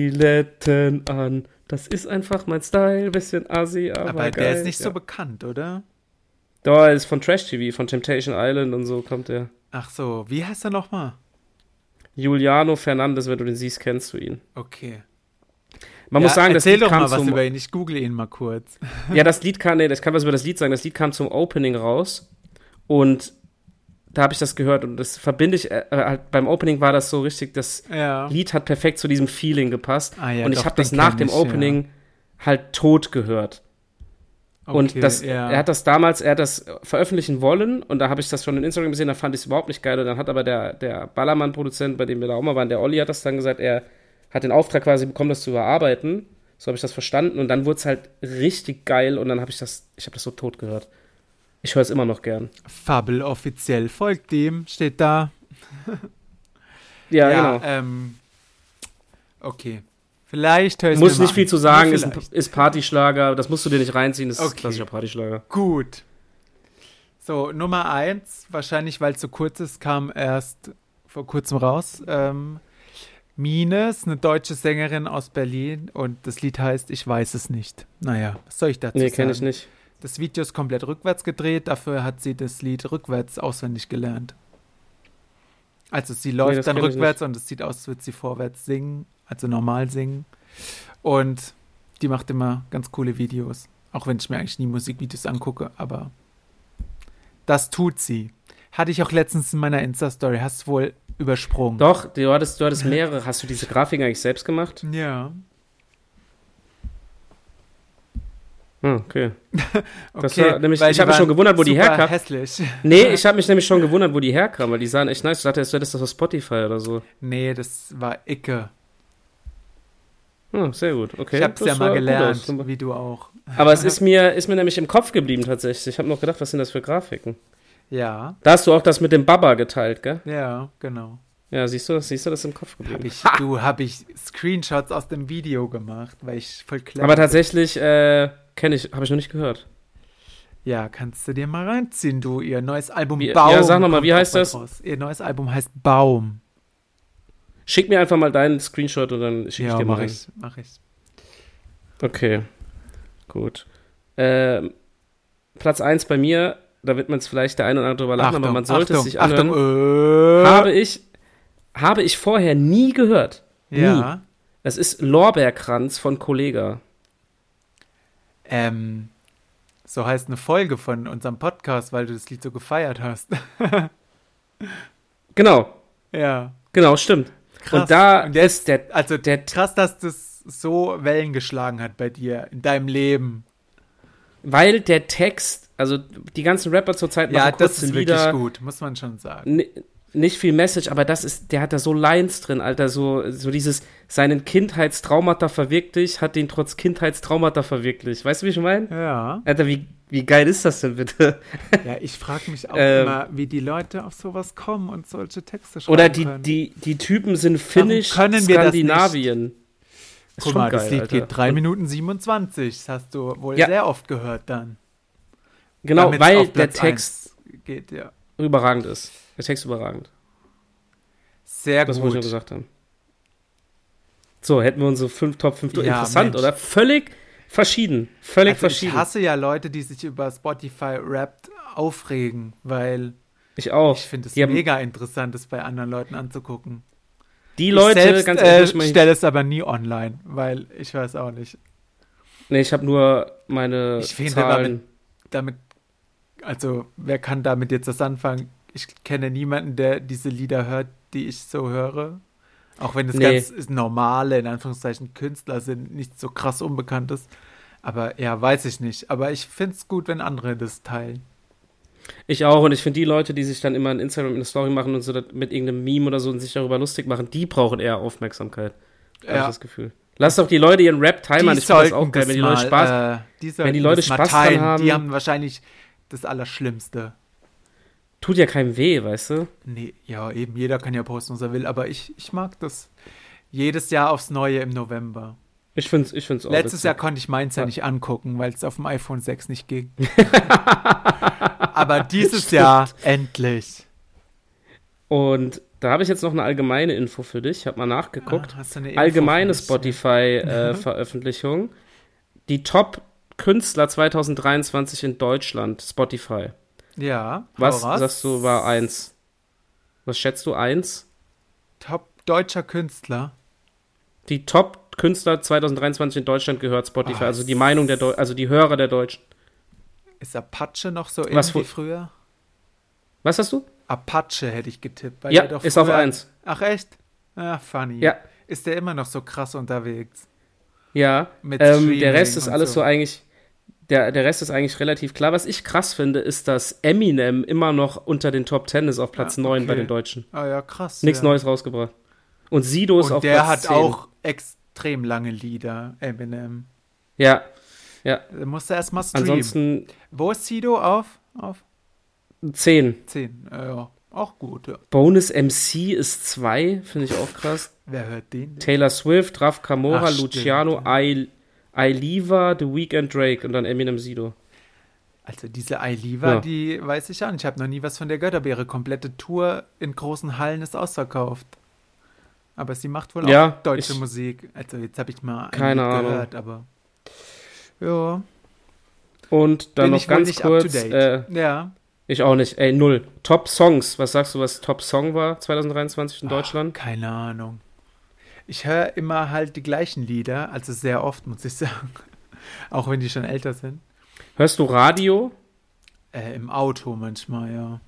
[SPEAKER 1] Adiletten an. Das ist einfach mein Style, bisschen Assi, aber,
[SPEAKER 2] Aber
[SPEAKER 1] geil.
[SPEAKER 2] der ist nicht
[SPEAKER 1] Oh ja.
[SPEAKER 2] so bekannt, oder?
[SPEAKER 1] Da ist von Trash TV, von Temptation Island und so kommt der.
[SPEAKER 2] Ach so, wie heißt er nochmal?
[SPEAKER 1] Juliano Fernandes, wenn du den siehst, kennst du ihn.
[SPEAKER 2] Okay.
[SPEAKER 1] Man
[SPEAKER 2] Ja,
[SPEAKER 1] muss sagen, das
[SPEAKER 2] erzähl
[SPEAKER 1] Lied
[SPEAKER 2] doch
[SPEAKER 1] kam
[SPEAKER 2] mal was
[SPEAKER 1] zum
[SPEAKER 2] über ihn. Ich google ihn mal kurz.
[SPEAKER 1] Ja, das Lied kann, nee, ich kann was über das Lied sagen. Das Lied kam zum Opening raus und da habe ich das gehört und das verbinde ich äh, halt beim Opening war das so richtig, das
[SPEAKER 2] Ja.
[SPEAKER 1] Lied hat perfekt zu diesem Feeling gepasst
[SPEAKER 2] Ah ja,
[SPEAKER 1] und ich
[SPEAKER 2] doch,
[SPEAKER 1] habe das
[SPEAKER 2] den
[SPEAKER 1] nach dem
[SPEAKER 2] kenn ich,
[SPEAKER 1] Opening halt tot gehört.
[SPEAKER 2] Ja.
[SPEAKER 1] und
[SPEAKER 2] Okay,
[SPEAKER 1] das,
[SPEAKER 2] ja.
[SPEAKER 1] er hat das damals, er hat das veröffentlichen wollen und da habe ich das schon in Instagram gesehen, da fand ich es überhaupt nicht geil und dann hat aber der, der Ballermann-Produzent, bei dem wir da auch mal waren, der Olli hat das dann gesagt, er hat den Auftrag quasi bekommen, das zu überarbeiten. So habe ich das verstanden und dann wurde es halt richtig geil und dann habe ich das, ich habe das so tot gehört. Ich höre es immer noch gern.
[SPEAKER 2] Fabel offiziell folgt ihm, steht da.
[SPEAKER 1] Ja, genau.
[SPEAKER 2] ähm, okay. Vielleicht höre ich
[SPEAKER 1] Muss
[SPEAKER 2] mir mal
[SPEAKER 1] nicht viel
[SPEAKER 2] an.
[SPEAKER 1] zu sagen,
[SPEAKER 2] Nur
[SPEAKER 1] ist, ein-
[SPEAKER 2] vielleicht.
[SPEAKER 1] ist Partyschlager, das musst du dir nicht reinziehen, das ist
[SPEAKER 2] Okay.
[SPEAKER 1] klassischer Partyschlager.
[SPEAKER 2] Gut. So, Nummer eins, wahrscheinlich weil es so kurz ist, kam erst vor kurzem raus. Ähm, Mines, eine deutsche Sängerin aus Berlin und das Lied heißt Ich weiß es nicht. Naja, was soll ich dazu
[SPEAKER 1] Nee,
[SPEAKER 2] sagen?
[SPEAKER 1] kenne ich nicht.
[SPEAKER 2] Das Video ist komplett rückwärts gedreht, dafür hat sie das Lied rückwärts auswendig gelernt. Also sie läuft
[SPEAKER 1] das
[SPEAKER 2] dann
[SPEAKER 1] kenn ich
[SPEAKER 2] rückwärts und es sieht aus, als würde sie vorwärts singen, also normal singen. Und die macht immer ganz coole Videos, auch wenn ich mir eigentlich nie Musikvideos angucke, aber das tut sie. Hatte ich auch letztens in meiner Insta-Story, hast du wohl übersprungen.
[SPEAKER 1] Doch, du hattest, du hattest mehrere. Hast du diese Grafiken eigentlich selbst gemacht?
[SPEAKER 2] Ja,
[SPEAKER 1] Hm, okay.
[SPEAKER 2] okay.
[SPEAKER 1] Das war nämlich-
[SPEAKER 2] weil
[SPEAKER 1] ich
[SPEAKER 2] die
[SPEAKER 1] hab mich schon
[SPEAKER 2] waren
[SPEAKER 1] gewundert, wo die
[SPEAKER 2] super
[SPEAKER 1] herkam.
[SPEAKER 2] hässlich.
[SPEAKER 1] Nee, ich habe mich nämlich schon gewundert, wo die herkamen, weil die sahen echt nice. Ich dachte, das wäre das auf Spotify oder so.
[SPEAKER 2] Nee, das war Icke.
[SPEAKER 1] Hm, sehr gut, okay.
[SPEAKER 2] ich hab's
[SPEAKER 1] Das
[SPEAKER 2] ja
[SPEAKER 1] sah
[SPEAKER 2] mal
[SPEAKER 1] gut
[SPEAKER 2] gelernt,
[SPEAKER 1] aus.
[SPEAKER 2] wie du auch.
[SPEAKER 1] Aber es ist mir, ist mir nämlich im Kopf geblieben tatsächlich. Ich habe noch gedacht, was sind das für Grafiken?
[SPEAKER 2] Ja,
[SPEAKER 1] Da hast du auch das mit dem Baba geteilt, gell?
[SPEAKER 2] ja, genau.
[SPEAKER 1] Ja, siehst du, das- siehst du das ist im Kopf geblieben.
[SPEAKER 2] Hab ich, du, habe ich Screenshots aus dem Video gemacht, weil ich voll klar.
[SPEAKER 1] Aber tatsächlich äh, kenne ich, habe ich noch nicht gehört.
[SPEAKER 2] ja, kannst du dir mal reinziehen, du. Ihr neues Album
[SPEAKER 1] Wie-
[SPEAKER 2] Baum.
[SPEAKER 1] ja, sag noch mal,
[SPEAKER 2] kommt
[SPEAKER 1] wie
[SPEAKER 2] auch
[SPEAKER 1] heißt
[SPEAKER 2] bald
[SPEAKER 1] das?
[SPEAKER 2] Raus. Ihr neues Album heißt Baum.
[SPEAKER 1] Schick mir einfach mal deinen Screenshot und dann schicke ich
[SPEAKER 2] ja,
[SPEAKER 1] dir mal
[SPEAKER 2] mach
[SPEAKER 1] rein.
[SPEAKER 2] ich, mach ich.
[SPEAKER 1] Okay, gut. Ähm, Platz 1 bei mir, da wird man es vielleicht der eine oder andere drüber lachen, aber man sollte
[SPEAKER 2] Achtung,
[SPEAKER 1] es sich anhören.
[SPEAKER 2] Achtung,
[SPEAKER 1] habe ich, habe ich vorher nie gehört.
[SPEAKER 2] äh, ja,
[SPEAKER 1] Es ist Lorbeerkranz von Kollega.
[SPEAKER 2] ähm, so heißt eine Folge von unserem Podcast, weil du das Lied so gefeiert hast.
[SPEAKER 1] Genau,
[SPEAKER 2] ja,
[SPEAKER 1] genau, stimmt.
[SPEAKER 2] krass.
[SPEAKER 1] Und da
[SPEAKER 2] Und der
[SPEAKER 1] ist der,
[SPEAKER 2] also
[SPEAKER 1] der,
[SPEAKER 2] krass, dass das so Wellen geschlagen hat bei dir in deinem Leben.
[SPEAKER 1] weil der Text, also die ganzen Rapper zurzeit machen
[SPEAKER 2] Ja, das
[SPEAKER 1] kurze
[SPEAKER 2] ist wirklich
[SPEAKER 1] Lieder,
[SPEAKER 2] gut, muss man schon sagen.
[SPEAKER 1] ni- nicht viel Message, aber das ist, der hat da so Lines drin, Alter, so, so dieses, seinen Kindheitstraumata verwirklicht, hat ihn trotz Kindheitstraumata verwirklicht. Weißt du, wie ich meine?
[SPEAKER 2] Ja.
[SPEAKER 1] Alter, wie, wie geil ist das denn bitte?
[SPEAKER 2] Ja, ich frage mich auch
[SPEAKER 1] Ähm.
[SPEAKER 2] immer, wie die Leute auf sowas kommen und solche Texte schreiben.
[SPEAKER 1] Oder die,
[SPEAKER 2] können.
[SPEAKER 1] die, die Typen sind Finnisch,
[SPEAKER 2] Warum können wir das nicht?
[SPEAKER 1] Skandinavien. Ist
[SPEAKER 2] Guck
[SPEAKER 1] schon
[SPEAKER 2] mal, das
[SPEAKER 1] geil,
[SPEAKER 2] Lied
[SPEAKER 1] Alter.
[SPEAKER 2] geht 3 Minuten 27. Das hast du wohl
[SPEAKER 1] Ja.
[SPEAKER 2] sehr oft gehört dann.
[SPEAKER 1] Genau,
[SPEAKER 2] Damit's
[SPEAKER 1] weil der
[SPEAKER 2] auf Platz
[SPEAKER 1] Text
[SPEAKER 2] eins geht, ja.
[SPEAKER 1] überragend ist. Der Text überragend.
[SPEAKER 2] Sehr
[SPEAKER 1] das wollte ich nur
[SPEAKER 2] gut.
[SPEAKER 1] gesagt haben. So, hätten wir unsere fünf, Top 5.
[SPEAKER 2] Ja,
[SPEAKER 1] interessant,
[SPEAKER 2] Mensch.
[SPEAKER 1] oder? Völlig verschieden. Völlig
[SPEAKER 2] Also ich
[SPEAKER 1] verschieden.
[SPEAKER 2] hasse ja Leute, die sich über Spotify Wrapped aufregen, weil
[SPEAKER 1] Ich auch.
[SPEAKER 2] ich finde es
[SPEAKER 1] Die haben-
[SPEAKER 2] mega interessant, das bei anderen Leuten anzugucken.
[SPEAKER 1] Die Leute,
[SPEAKER 2] ich selbst,
[SPEAKER 1] ganz ehrlich,
[SPEAKER 2] äh,
[SPEAKER 1] mein-
[SPEAKER 2] stelle es aber nie online, weil ich weiß auch nicht.
[SPEAKER 1] Nee, ich habe nur meine
[SPEAKER 2] Ich finde
[SPEAKER 1] Zahlen.
[SPEAKER 2] Damit, also wer kann damit jetzt was anfangen? Ich kenne niemanden, der diese Lieder hört, die ich so höre. Auch wenn das
[SPEAKER 1] Nee.
[SPEAKER 2] ganz normale, in Anführungszeichen, Künstler sind, nicht so krass unbekannt ist. Aber ja, weiß ich nicht. Aber ich finde es gut, wenn andere das teilen.
[SPEAKER 1] Ich auch. Und ich finde die Leute, die sich dann immer in Instagram eine Story machen und so dat- mit irgendeinem Meme oder so und sich darüber lustig machen, die brauchen eher Aufmerksamkeit. Habe ich
[SPEAKER 2] Ja.
[SPEAKER 1] das Gefühl. Lass doch die Leute ihren Rap
[SPEAKER 2] Die
[SPEAKER 1] teilern. Ich finde das
[SPEAKER 2] sollten
[SPEAKER 1] auch geil,
[SPEAKER 2] das
[SPEAKER 1] wenn die Leute
[SPEAKER 2] mal,
[SPEAKER 1] Spaß
[SPEAKER 2] äh, die sollten
[SPEAKER 1] die Leute
[SPEAKER 2] das mal
[SPEAKER 1] Spaß dran
[SPEAKER 2] teilen.
[SPEAKER 1] haben.
[SPEAKER 2] Die haben wahrscheinlich das Allerschlimmste.
[SPEAKER 1] Tut ja keinem weh, weißt du?
[SPEAKER 2] Nee, ja, eben jeder kann ja posten, was er will, aber ich, ich mag das. Jedes Jahr aufs Neue im November.
[SPEAKER 1] Ich finde es ich find's auch
[SPEAKER 2] Letztes
[SPEAKER 1] witzig.
[SPEAKER 2] Jahr konnte ich meins ja nicht angucken, weil es auf dem iPhone 6 nicht ging. aber dieses
[SPEAKER 1] Stimmt.
[SPEAKER 2] Jahr endlich.
[SPEAKER 1] Und da habe ich jetzt noch eine allgemeine Info für dich. Ich habe mal nachgeguckt.
[SPEAKER 2] Ah, hast du eine Info
[SPEAKER 1] allgemeine
[SPEAKER 2] für mich?
[SPEAKER 1] Spotify-Veröffentlichung. die Top-Künstler 2023 in Deutschland, Spotify.
[SPEAKER 2] Ja.
[SPEAKER 1] Was
[SPEAKER 2] hau raus.
[SPEAKER 1] sagst du war eins? Was schätzt du eins?
[SPEAKER 2] Top deutscher Künstler.
[SPEAKER 1] Die Top-Künstler 2023 in Deutschland gehört Spotify,
[SPEAKER 2] Ah,
[SPEAKER 1] also die Meinung der Deu also die Hörer der Deutschen.
[SPEAKER 2] Ist Apache noch so
[SPEAKER 1] Was
[SPEAKER 2] in wie
[SPEAKER 1] fu-
[SPEAKER 2] früher?
[SPEAKER 1] Was hast du?
[SPEAKER 2] Apache hätte ich getippt. Weil
[SPEAKER 1] ja,
[SPEAKER 2] der doch
[SPEAKER 1] ist auf
[SPEAKER 2] früher-
[SPEAKER 1] eins.
[SPEAKER 2] Ach echt? Ah, funny.
[SPEAKER 1] Ja.
[SPEAKER 2] Ist der immer noch so krass unterwegs?
[SPEAKER 1] Ja,
[SPEAKER 2] Mit
[SPEAKER 1] ähm,
[SPEAKER 2] Streaming
[SPEAKER 1] der Rest ist
[SPEAKER 2] und
[SPEAKER 1] alles
[SPEAKER 2] so.
[SPEAKER 1] so, eigentlich, der, der Rest ist eigentlich relativ klar. Was ich krass finde, ist, dass Eminem immer noch unter den Top Ten ist, auf Platz
[SPEAKER 2] Ah,
[SPEAKER 1] neun 9 bei
[SPEAKER 2] okay.
[SPEAKER 1] den Deutschen.
[SPEAKER 2] Ah ja, krass.
[SPEAKER 1] Nichts
[SPEAKER 2] ja.
[SPEAKER 1] Neues rausgebracht. Und Sido ist
[SPEAKER 2] Und
[SPEAKER 1] auf
[SPEAKER 2] der
[SPEAKER 1] Platz
[SPEAKER 2] hat
[SPEAKER 1] 10.
[SPEAKER 2] auch extrem lange Lieder, Eminem.
[SPEAKER 1] Ja,
[SPEAKER 2] Da Musst du erstmal streamen.
[SPEAKER 1] ansonsten
[SPEAKER 2] Wo ist Sido auf? Auf
[SPEAKER 1] 10.
[SPEAKER 2] 10. Äh, Ja, auch gut. Ja.
[SPEAKER 1] Bonus MC ist 2, finde ich auch krass.
[SPEAKER 2] Wer hört den? denn?
[SPEAKER 1] Taylor Swift, Raf Kamora,
[SPEAKER 2] Ach, stimmt,
[SPEAKER 1] Luciano, I- Ailiva, The Weeknd, Drake und dann Eminem Sido.
[SPEAKER 2] Also diese Ailiva,
[SPEAKER 1] Ja.
[SPEAKER 2] die weiß ich an. Ich habe noch nie was von der Götterbeere. Komplette Tour in großen Hallen ist ausverkauft. Aber sie macht wohl
[SPEAKER 1] Ja,
[SPEAKER 2] auch deutsche
[SPEAKER 1] ich-
[SPEAKER 2] Musik. Also jetzt habe ich mal ein
[SPEAKER 1] Keine
[SPEAKER 2] Lied
[SPEAKER 1] Ahnung.
[SPEAKER 2] gehört, aber ja,
[SPEAKER 1] Und dann
[SPEAKER 2] bin
[SPEAKER 1] noch
[SPEAKER 2] ich wohl
[SPEAKER 1] ganz
[SPEAKER 2] nicht up
[SPEAKER 1] kurz.
[SPEAKER 2] to date.
[SPEAKER 1] Äh,
[SPEAKER 2] ja,
[SPEAKER 1] ich auch nicht. Ey, null. Top Songs. Was sagst du, was Top Song war 2023 in Deutschland?
[SPEAKER 2] keine Ahnung. Ich höre immer halt die gleichen Lieder, also sehr oft muss ich sagen, auch wenn die schon älter sind.
[SPEAKER 1] Hörst du Radio?
[SPEAKER 2] Äh, Im Auto manchmal, ja.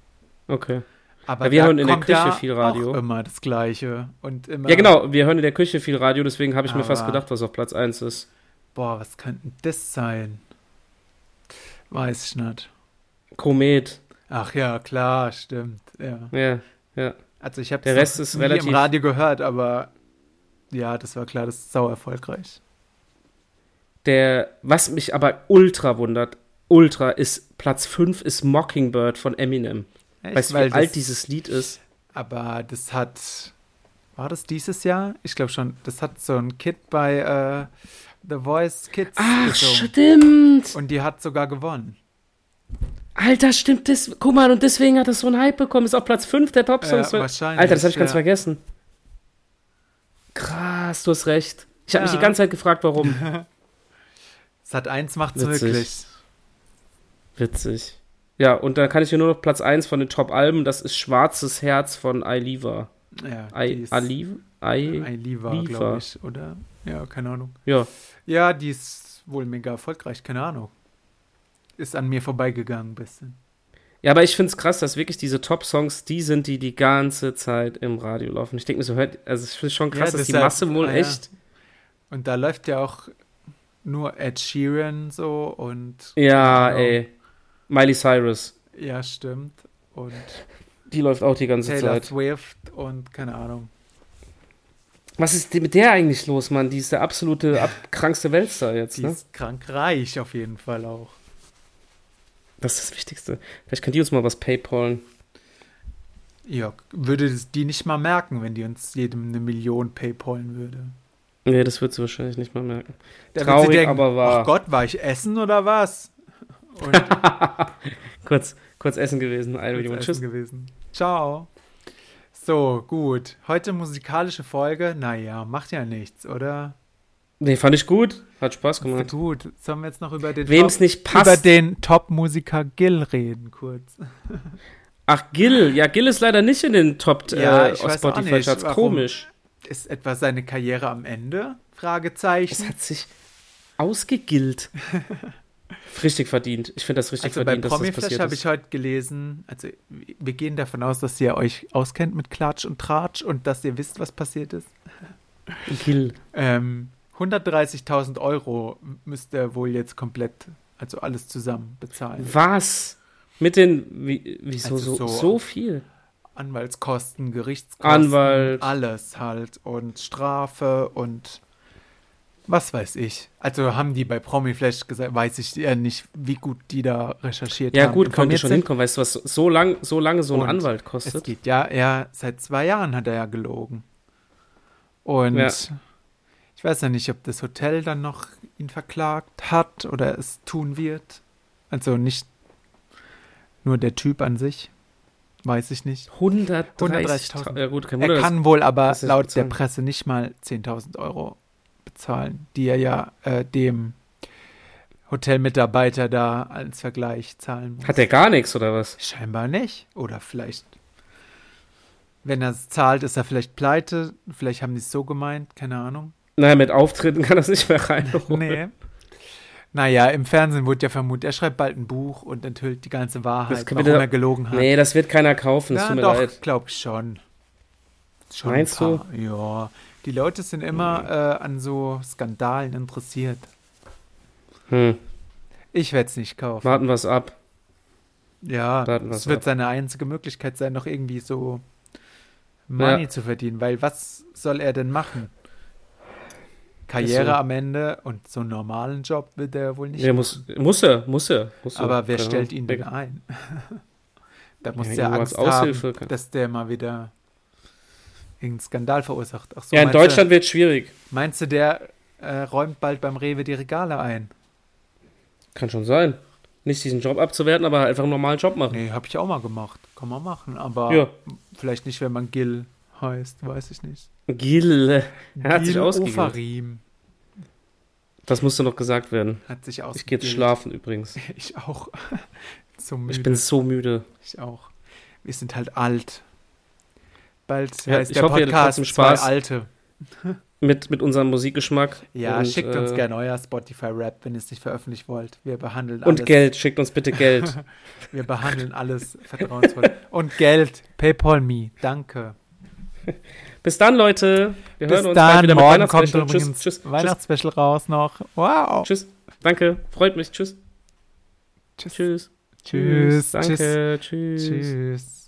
[SPEAKER 1] Okay.
[SPEAKER 2] Aber
[SPEAKER 1] Ja, wir
[SPEAKER 2] da
[SPEAKER 1] hören in der
[SPEAKER 2] kommt
[SPEAKER 1] Küche
[SPEAKER 2] ja
[SPEAKER 1] viel Radio.
[SPEAKER 2] Auch immer das Gleiche. Und immer,
[SPEAKER 1] Ja, genau. Wir hören in der Küche viel Radio, deswegen habe ich mir fast
[SPEAKER 2] Aber-
[SPEAKER 1] gedacht, was auf Platz 1 ist.
[SPEAKER 2] Boah, was könnte denn das sein? Weiß ich nicht.
[SPEAKER 1] Komet.
[SPEAKER 2] Ach ja, klar, stimmt. Ja.
[SPEAKER 1] Ja.
[SPEAKER 2] Also ich habe
[SPEAKER 1] Der Rest ist
[SPEAKER 2] nie
[SPEAKER 1] relativ-
[SPEAKER 2] im Radio gehört, aber ja, das war klar, das ist sau erfolgreich.
[SPEAKER 1] Der, was mich aber ultra wundert, ultra ist Platz 5 ist Mockingbird von Eminem.
[SPEAKER 2] Echt?
[SPEAKER 1] Weißt du,
[SPEAKER 2] Weil
[SPEAKER 1] wie alt
[SPEAKER 2] das,
[SPEAKER 1] dieses Lied ist?
[SPEAKER 2] Aber das hat. War das dieses Jahr? Ich glaube schon. Das hat so ein Kid bei äh, The Voice Kids
[SPEAKER 1] Ach,
[SPEAKER 2] gesungen.
[SPEAKER 1] stimmt.
[SPEAKER 2] Und die hat sogar gewonnen.
[SPEAKER 1] Alter, stimmt das. Guck mal, und deswegen hat das so einen Hype bekommen. Ist auf Platz 5 der Top-Songs.
[SPEAKER 2] Ja, Äh, wahrscheinlich,
[SPEAKER 1] Alter, das habe ich ganz
[SPEAKER 2] ja.
[SPEAKER 1] vergessen. Krass, du hast recht. Ich habe mich
[SPEAKER 2] Ja.
[SPEAKER 1] die ganze Zeit gefragt, warum.
[SPEAKER 2] Sat 1 macht's
[SPEAKER 1] Witzig.
[SPEAKER 2] möglich.
[SPEAKER 1] Witzig. Ja, und dann kann ich hier nur noch Platz 1 von den Top-Alben. Das ist Schwarzes Herz von Ailiva.
[SPEAKER 2] Ja,
[SPEAKER 1] I,
[SPEAKER 2] die ist-
[SPEAKER 1] Aliv? I,
[SPEAKER 2] Aliva,
[SPEAKER 1] Liva.
[SPEAKER 2] glaube ich, oder? Ja, keine Ahnung.
[SPEAKER 1] ja.
[SPEAKER 2] Ja, die ist wohl mega erfolgreich, keine Ahnung. Ist an mir vorbeigegangen ein bisschen.
[SPEAKER 1] ja, aber ich finde es krass, dass wirklich diese Top-Songs die sind, die die ganze Zeit im Radio laufen. Ich denke mir so, hört, also ich finde es schon
[SPEAKER 2] Ja,
[SPEAKER 1] krass, dass die
[SPEAKER 2] deshalb-
[SPEAKER 1] Masse wohl
[SPEAKER 2] ah, ja.
[SPEAKER 1] echt.
[SPEAKER 2] Und da läuft ja auch nur Ed Sheeran so und
[SPEAKER 1] Ja,
[SPEAKER 2] Genau.
[SPEAKER 1] ey. Miley Cyrus.
[SPEAKER 2] ja, stimmt. Und
[SPEAKER 1] Die läuft auch die ganze
[SPEAKER 2] Taylor
[SPEAKER 1] Zeit.
[SPEAKER 2] Swift und keine Ahnung.
[SPEAKER 1] Was ist denn mit der eigentlich los, Mann? Die ist der absolute ab krankste Weltstar jetzt,
[SPEAKER 2] Die
[SPEAKER 1] ne?
[SPEAKER 2] ist krank reich auf jeden Fall auch.
[SPEAKER 1] Das ist das Wichtigste. Vielleicht könnt ihr uns mal was paypalen.
[SPEAKER 2] Ja, würde das die nicht mal merken, wenn die uns jedem eine Million paypalen würde.
[SPEAKER 1] Nee, das wird sie wahrscheinlich nicht mal merken.
[SPEAKER 2] Da
[SPEAKER 1] Traurig,
[SPEAKER 2] wird sie denken,
[SPEAKER 1] aber wahr.
[SPEAKER 2] Ach Gott, war ich essen oder was? Und
[SPEAKER 1] Kurz, kurz essen gewesen. Eine Million.
[SPEAKER 2] Kurz essen
[SPEAKER 1] Tschüss.
[SPEAKER 2] gewesen. Ciao. So, gut. Heute musikalische Folge. Naja, macht ja nichts, oder?
[SPEAKER 1] Nee, fand ich gut. Hat Spaß
[SPEAKER 2] Ist
[SPEAKER 1] gemacht.
[SPEAKER 2] gut. Sollen wir jetzt noch über den
[SPEAKER 1] Wem es
[SPEAKER 2] Top,
[SPEAKER 1] Hm. nicht
[SPEAKER 2] über
[SPEAKER 1] passt.
[SPEAKER 2] den Top-Musiker Gil reden, kurz.
[SPEAKER 1] Ach, Gil. Ja, Gil ist leider nicht in den Top
[SPEAKER 2] Ja,
[SPEAKER 1] äh,
[SPEAKER 2] ich weiß auch nicht,
[SPEAKER 1] Spotify-Charts.
[SPEAKER 2] warum.
[SPEAKER 1] Komisch.
[SPEAKER 2] Ist etwa seine Karriere am Ende? Fragezeichen.
[SPEAKER 1] Es hat sich ausgegillt. richtig verdient. Ich finde das richtig
[SPEAKER 2] also
[SPEAKER 1] verdient,
[SPEAKER 2] bei
[SPEAKER 1] dass das
[SPEAKER 2] Promiflash
[SPEAKER 1] passiert
[SPEAKER 2] habe
[SPEAKER 1] ist.
[SPEAKER 2] ich heute gelesen, also wir gehen davon aus, dass ihr euch auskennt mit Klatsch und Tratsch und dass ihr wisst, was passiert ist.
[SPEAKER 1] Gill.
[SPEAKER 2] Ähm, 130.000 Euro müsst ihr wohl jetzt komplett, also alles zusammen bezahlen.
[SPEAKER 1] Was? Mit den, wie, wieso
[SPEAKER 2] Also
[SPEAKER 1] so,
[SPEAKER 2] so-
[SPEAKER 1] so viel?
[SPEAKER 2] Anwaltskosten, Gerichtskosten,
[SPEAKER 1] Anwalt.
[SPEAKER 2] alles halt und Strafe und was weiß ich. Also haben die bei Promiflash gesagt, weiß ich ja nicht, wie gut die da recherchiert
[SPEAKER 1] Ja
[SPEAKER 2] haben.
[SPEAKER 1] gut, könnte
[SPEAKER 2] Informiert
[SPEAKER 1] schon
[SPEAKER 2] sind.
[SPEAKER 1] hinkommen. Weißt du, was so, lang, so lange so ein
[SPEAKER 2] Und
[SPEAKER 1] Anwalt
[SPEAKER 2] Es
[SPEAKER 1] kostet?
[SPEAKER 2] geht ja, ja, seit zwei Jahren hat er ja gelogen. Und
[SPEAKER 1] Ja.
[SPEAKER 2] ich weiß ja nicht, ob das Hotel dann noch ihn verklagt hat oder es tun wird. Also nicht nur der Typ an sich, weiß ich nicht.
[SPEAKER 1] 130.000.
[SPEAKER 2] 130.000.
[SPEAKER 1] Ja gut, kein
[SPEAKER 2] Er
[SPEAKER 1] Wunder. dass-
[SPEAKER 2] kann wohl aber
[SPEAKER 1] das ist
[SPEAKER 2] laut der
[SPEAKER 1] bezahlen.
[SPEAKER 2] Presse nicht mal 10.000 Euro bezahlen, die er ja äh, dem Hotelmitarbeiter da als Vergleich zahlen muss.
[SPEAKER 1] Hat er gar nichts oder was?
[SPEAKER 2] Scheinbar nicht. Oder vielleicht, wenn er es zahlt, ist er vielleicht pleite. Vielleicht haben die es so gemeint, keine Ahnung.
[SPEAKER 1] Naja, mit Auftritten kann das nicht mehr reinholen.
[SPEAKER 2] Nee. Naja, im Fernsehen wurde ja vermutet, er schreibt bald ein Buch und enthüllt die ganze
[SPEAKER 1] Das
[SPEAKER 2] Wahrheit,
[SPEAKER 1] kann
[SPEAKER 2] warum
[SPEAKER 1] wieder-
[SPEAKER 2] er gelogen hat.
[SPEAKER 1] Nee, das wird keiner kaufen, es
[SPEAKER 2] ja,
[SPEAKER 1] tut mir
[SPEAKER 2] doch,
[SPEAKER 1] leid.
[SPEAKER 2] glaub ich schon. schon
[SPEAKER 1] Meinst
[SPEAKER 2] ein paar. Ja. Die Leute sind immer äh, an so Skandalen interessiert.
[SPEAKER 1] Hm,
[SPEAKER 2] Ich werde es nicht kaufen.
[SPEAKER 1] warten wir es ab.
[SPEAKER 2] Ja,
[SPEAKER 1] Warten wir's
[SPEAKER 2] es wird
[SPEAKER 1] ab.
[SPEAKER 2] seine einzige Möglichkeit sein, noch irgendwie so Money
[SPEAKER 1] Ja.
[SPEAKER 2] zu verdienen, weil was soll er denn machen? Karriere
[SPEAKER 1] so.
[SPEAKER 2] am Ende und so einen normalen Job wird er wohl nicht.
[SPEAKER 1] Nee, muss, muss er, muss er. Muss er.
[SPEAKER 2] aber wer
[SPEAKER 1] Keine
[SPEAKER 2] stellt
[SPEAKER 1] Ahnung.
[SPEAKER 2] ihn denn ein? da muss
[SPEAKER 1] Ja,
[SPEAKER 2] ja,
[SPEAKER 1] irgendwo
[SPEAKER 2] Angst
[SPEAKER 1] als Aushilfe.
[SPEAKER 2] haben, dass der mal wieder irgendeinen Skandal verursacht. Ach so,
[SPEAKER 1] Ja, in
[SPEAKER 2] meinst
[SPEAKER 1] Deutschland wird schwierig.
[SPEAKER 2] Du, meinst du, der äh, räumt bald beim Rewe die Regale ein?
[SPEAKER 1] Kann schon sein. Nicht diesen Job abzuwerten, aber einfach einen normalen Job machen.
[SPEAKER 2] Nee, habe ich auch mal gemacht. Kann man machen, aber
[SPEAKER 1] Ja.
[SPEAKER 2] vielleicht nicht, wenn man Gil heißt, weiß ich nicht.
[SPEAKER 1] Gill. Er hat sich
[SPEAKER 2] Gil
[SPEAKER 1] ausgegeben.
[SPEAKER 2] Ofarim
[SPEAKER 1] Das musste noch gesagt werden.
[SPEAKER 2] hat sich
[SPEAKER 1] Ich gehe jetzt
[SPEAKER 2] ausgegeben.
[SPEAKER 1] schlafen übrigens.
[SPEAKER 2] Ich auch. so müde.
[SPEAKER 1] Ich bin so müde.
[SPEAKER 2] ich auch. Wir sind halt alt. Bald
[SPEAKER 1] Ja,
[SPEAKER 2] heißt
[SPEAKER 1] ich
[SPEAKER 2] der
[SPEAKER 1] hoffe, ihr hattet
[SPEAKER 2] Podcast
[SPEAKER 1] trotzdem Spaß.
[SPEAKER 2] Zwei Alte.
[SPEAKER 1] Mit, mit unserem Musikgeschmack.
[SPEAKER 2] Ja,
[SPEAKER 1] und,
[SPEAKER 2] schickt uns
[SPEAKER 1] äh,
[SPEAKER 2] gerne euer Spotify-Rap, wenn ihr es nicht veröffentlichen wollt. Wir behandeln
[SPEAKER 1] Und
[SPEAKER 2] alles.
[SPEAKER 1] Geld, schickt uns bitte Geld.
[SPEAKER 2] Wir behandeln alles vertrauensvoll. und Geld. Paypal me. Danke.
[SPEAKER 1] Bis dann, Leute. Wir
[SPEAKER 2] Bis
[SPEAKER 1] hören uns bald
[SPEAKER 2] dann.
[SPEAKER 1] wieder
[SPEAKER 2] Morgen
[SPEAKER 1] mit
[SPEAKER 2] kommt
[SPEAKER 1] Weihnachtsspecial.
[SPEAKER 2] übrigens
[SPEAKER 1] Tschüss, tschüss, tschüss,
[SPEAKER 2] Weihnachtsspecial raus noch. Wow.
[SPEAKER 1] tschüss. Danke, freut mich. Tschüss,
[SPEAKER 2] Tschüss.
[SPEAKER 1] tschüss.
[SPEAKER 2] Tschüss.
[SPEAKER 1] Danke,
[SPEAKER 2] Tschüss.
[SPEAKER 1] tschüss.
[SPEAKER 2] Tschüss.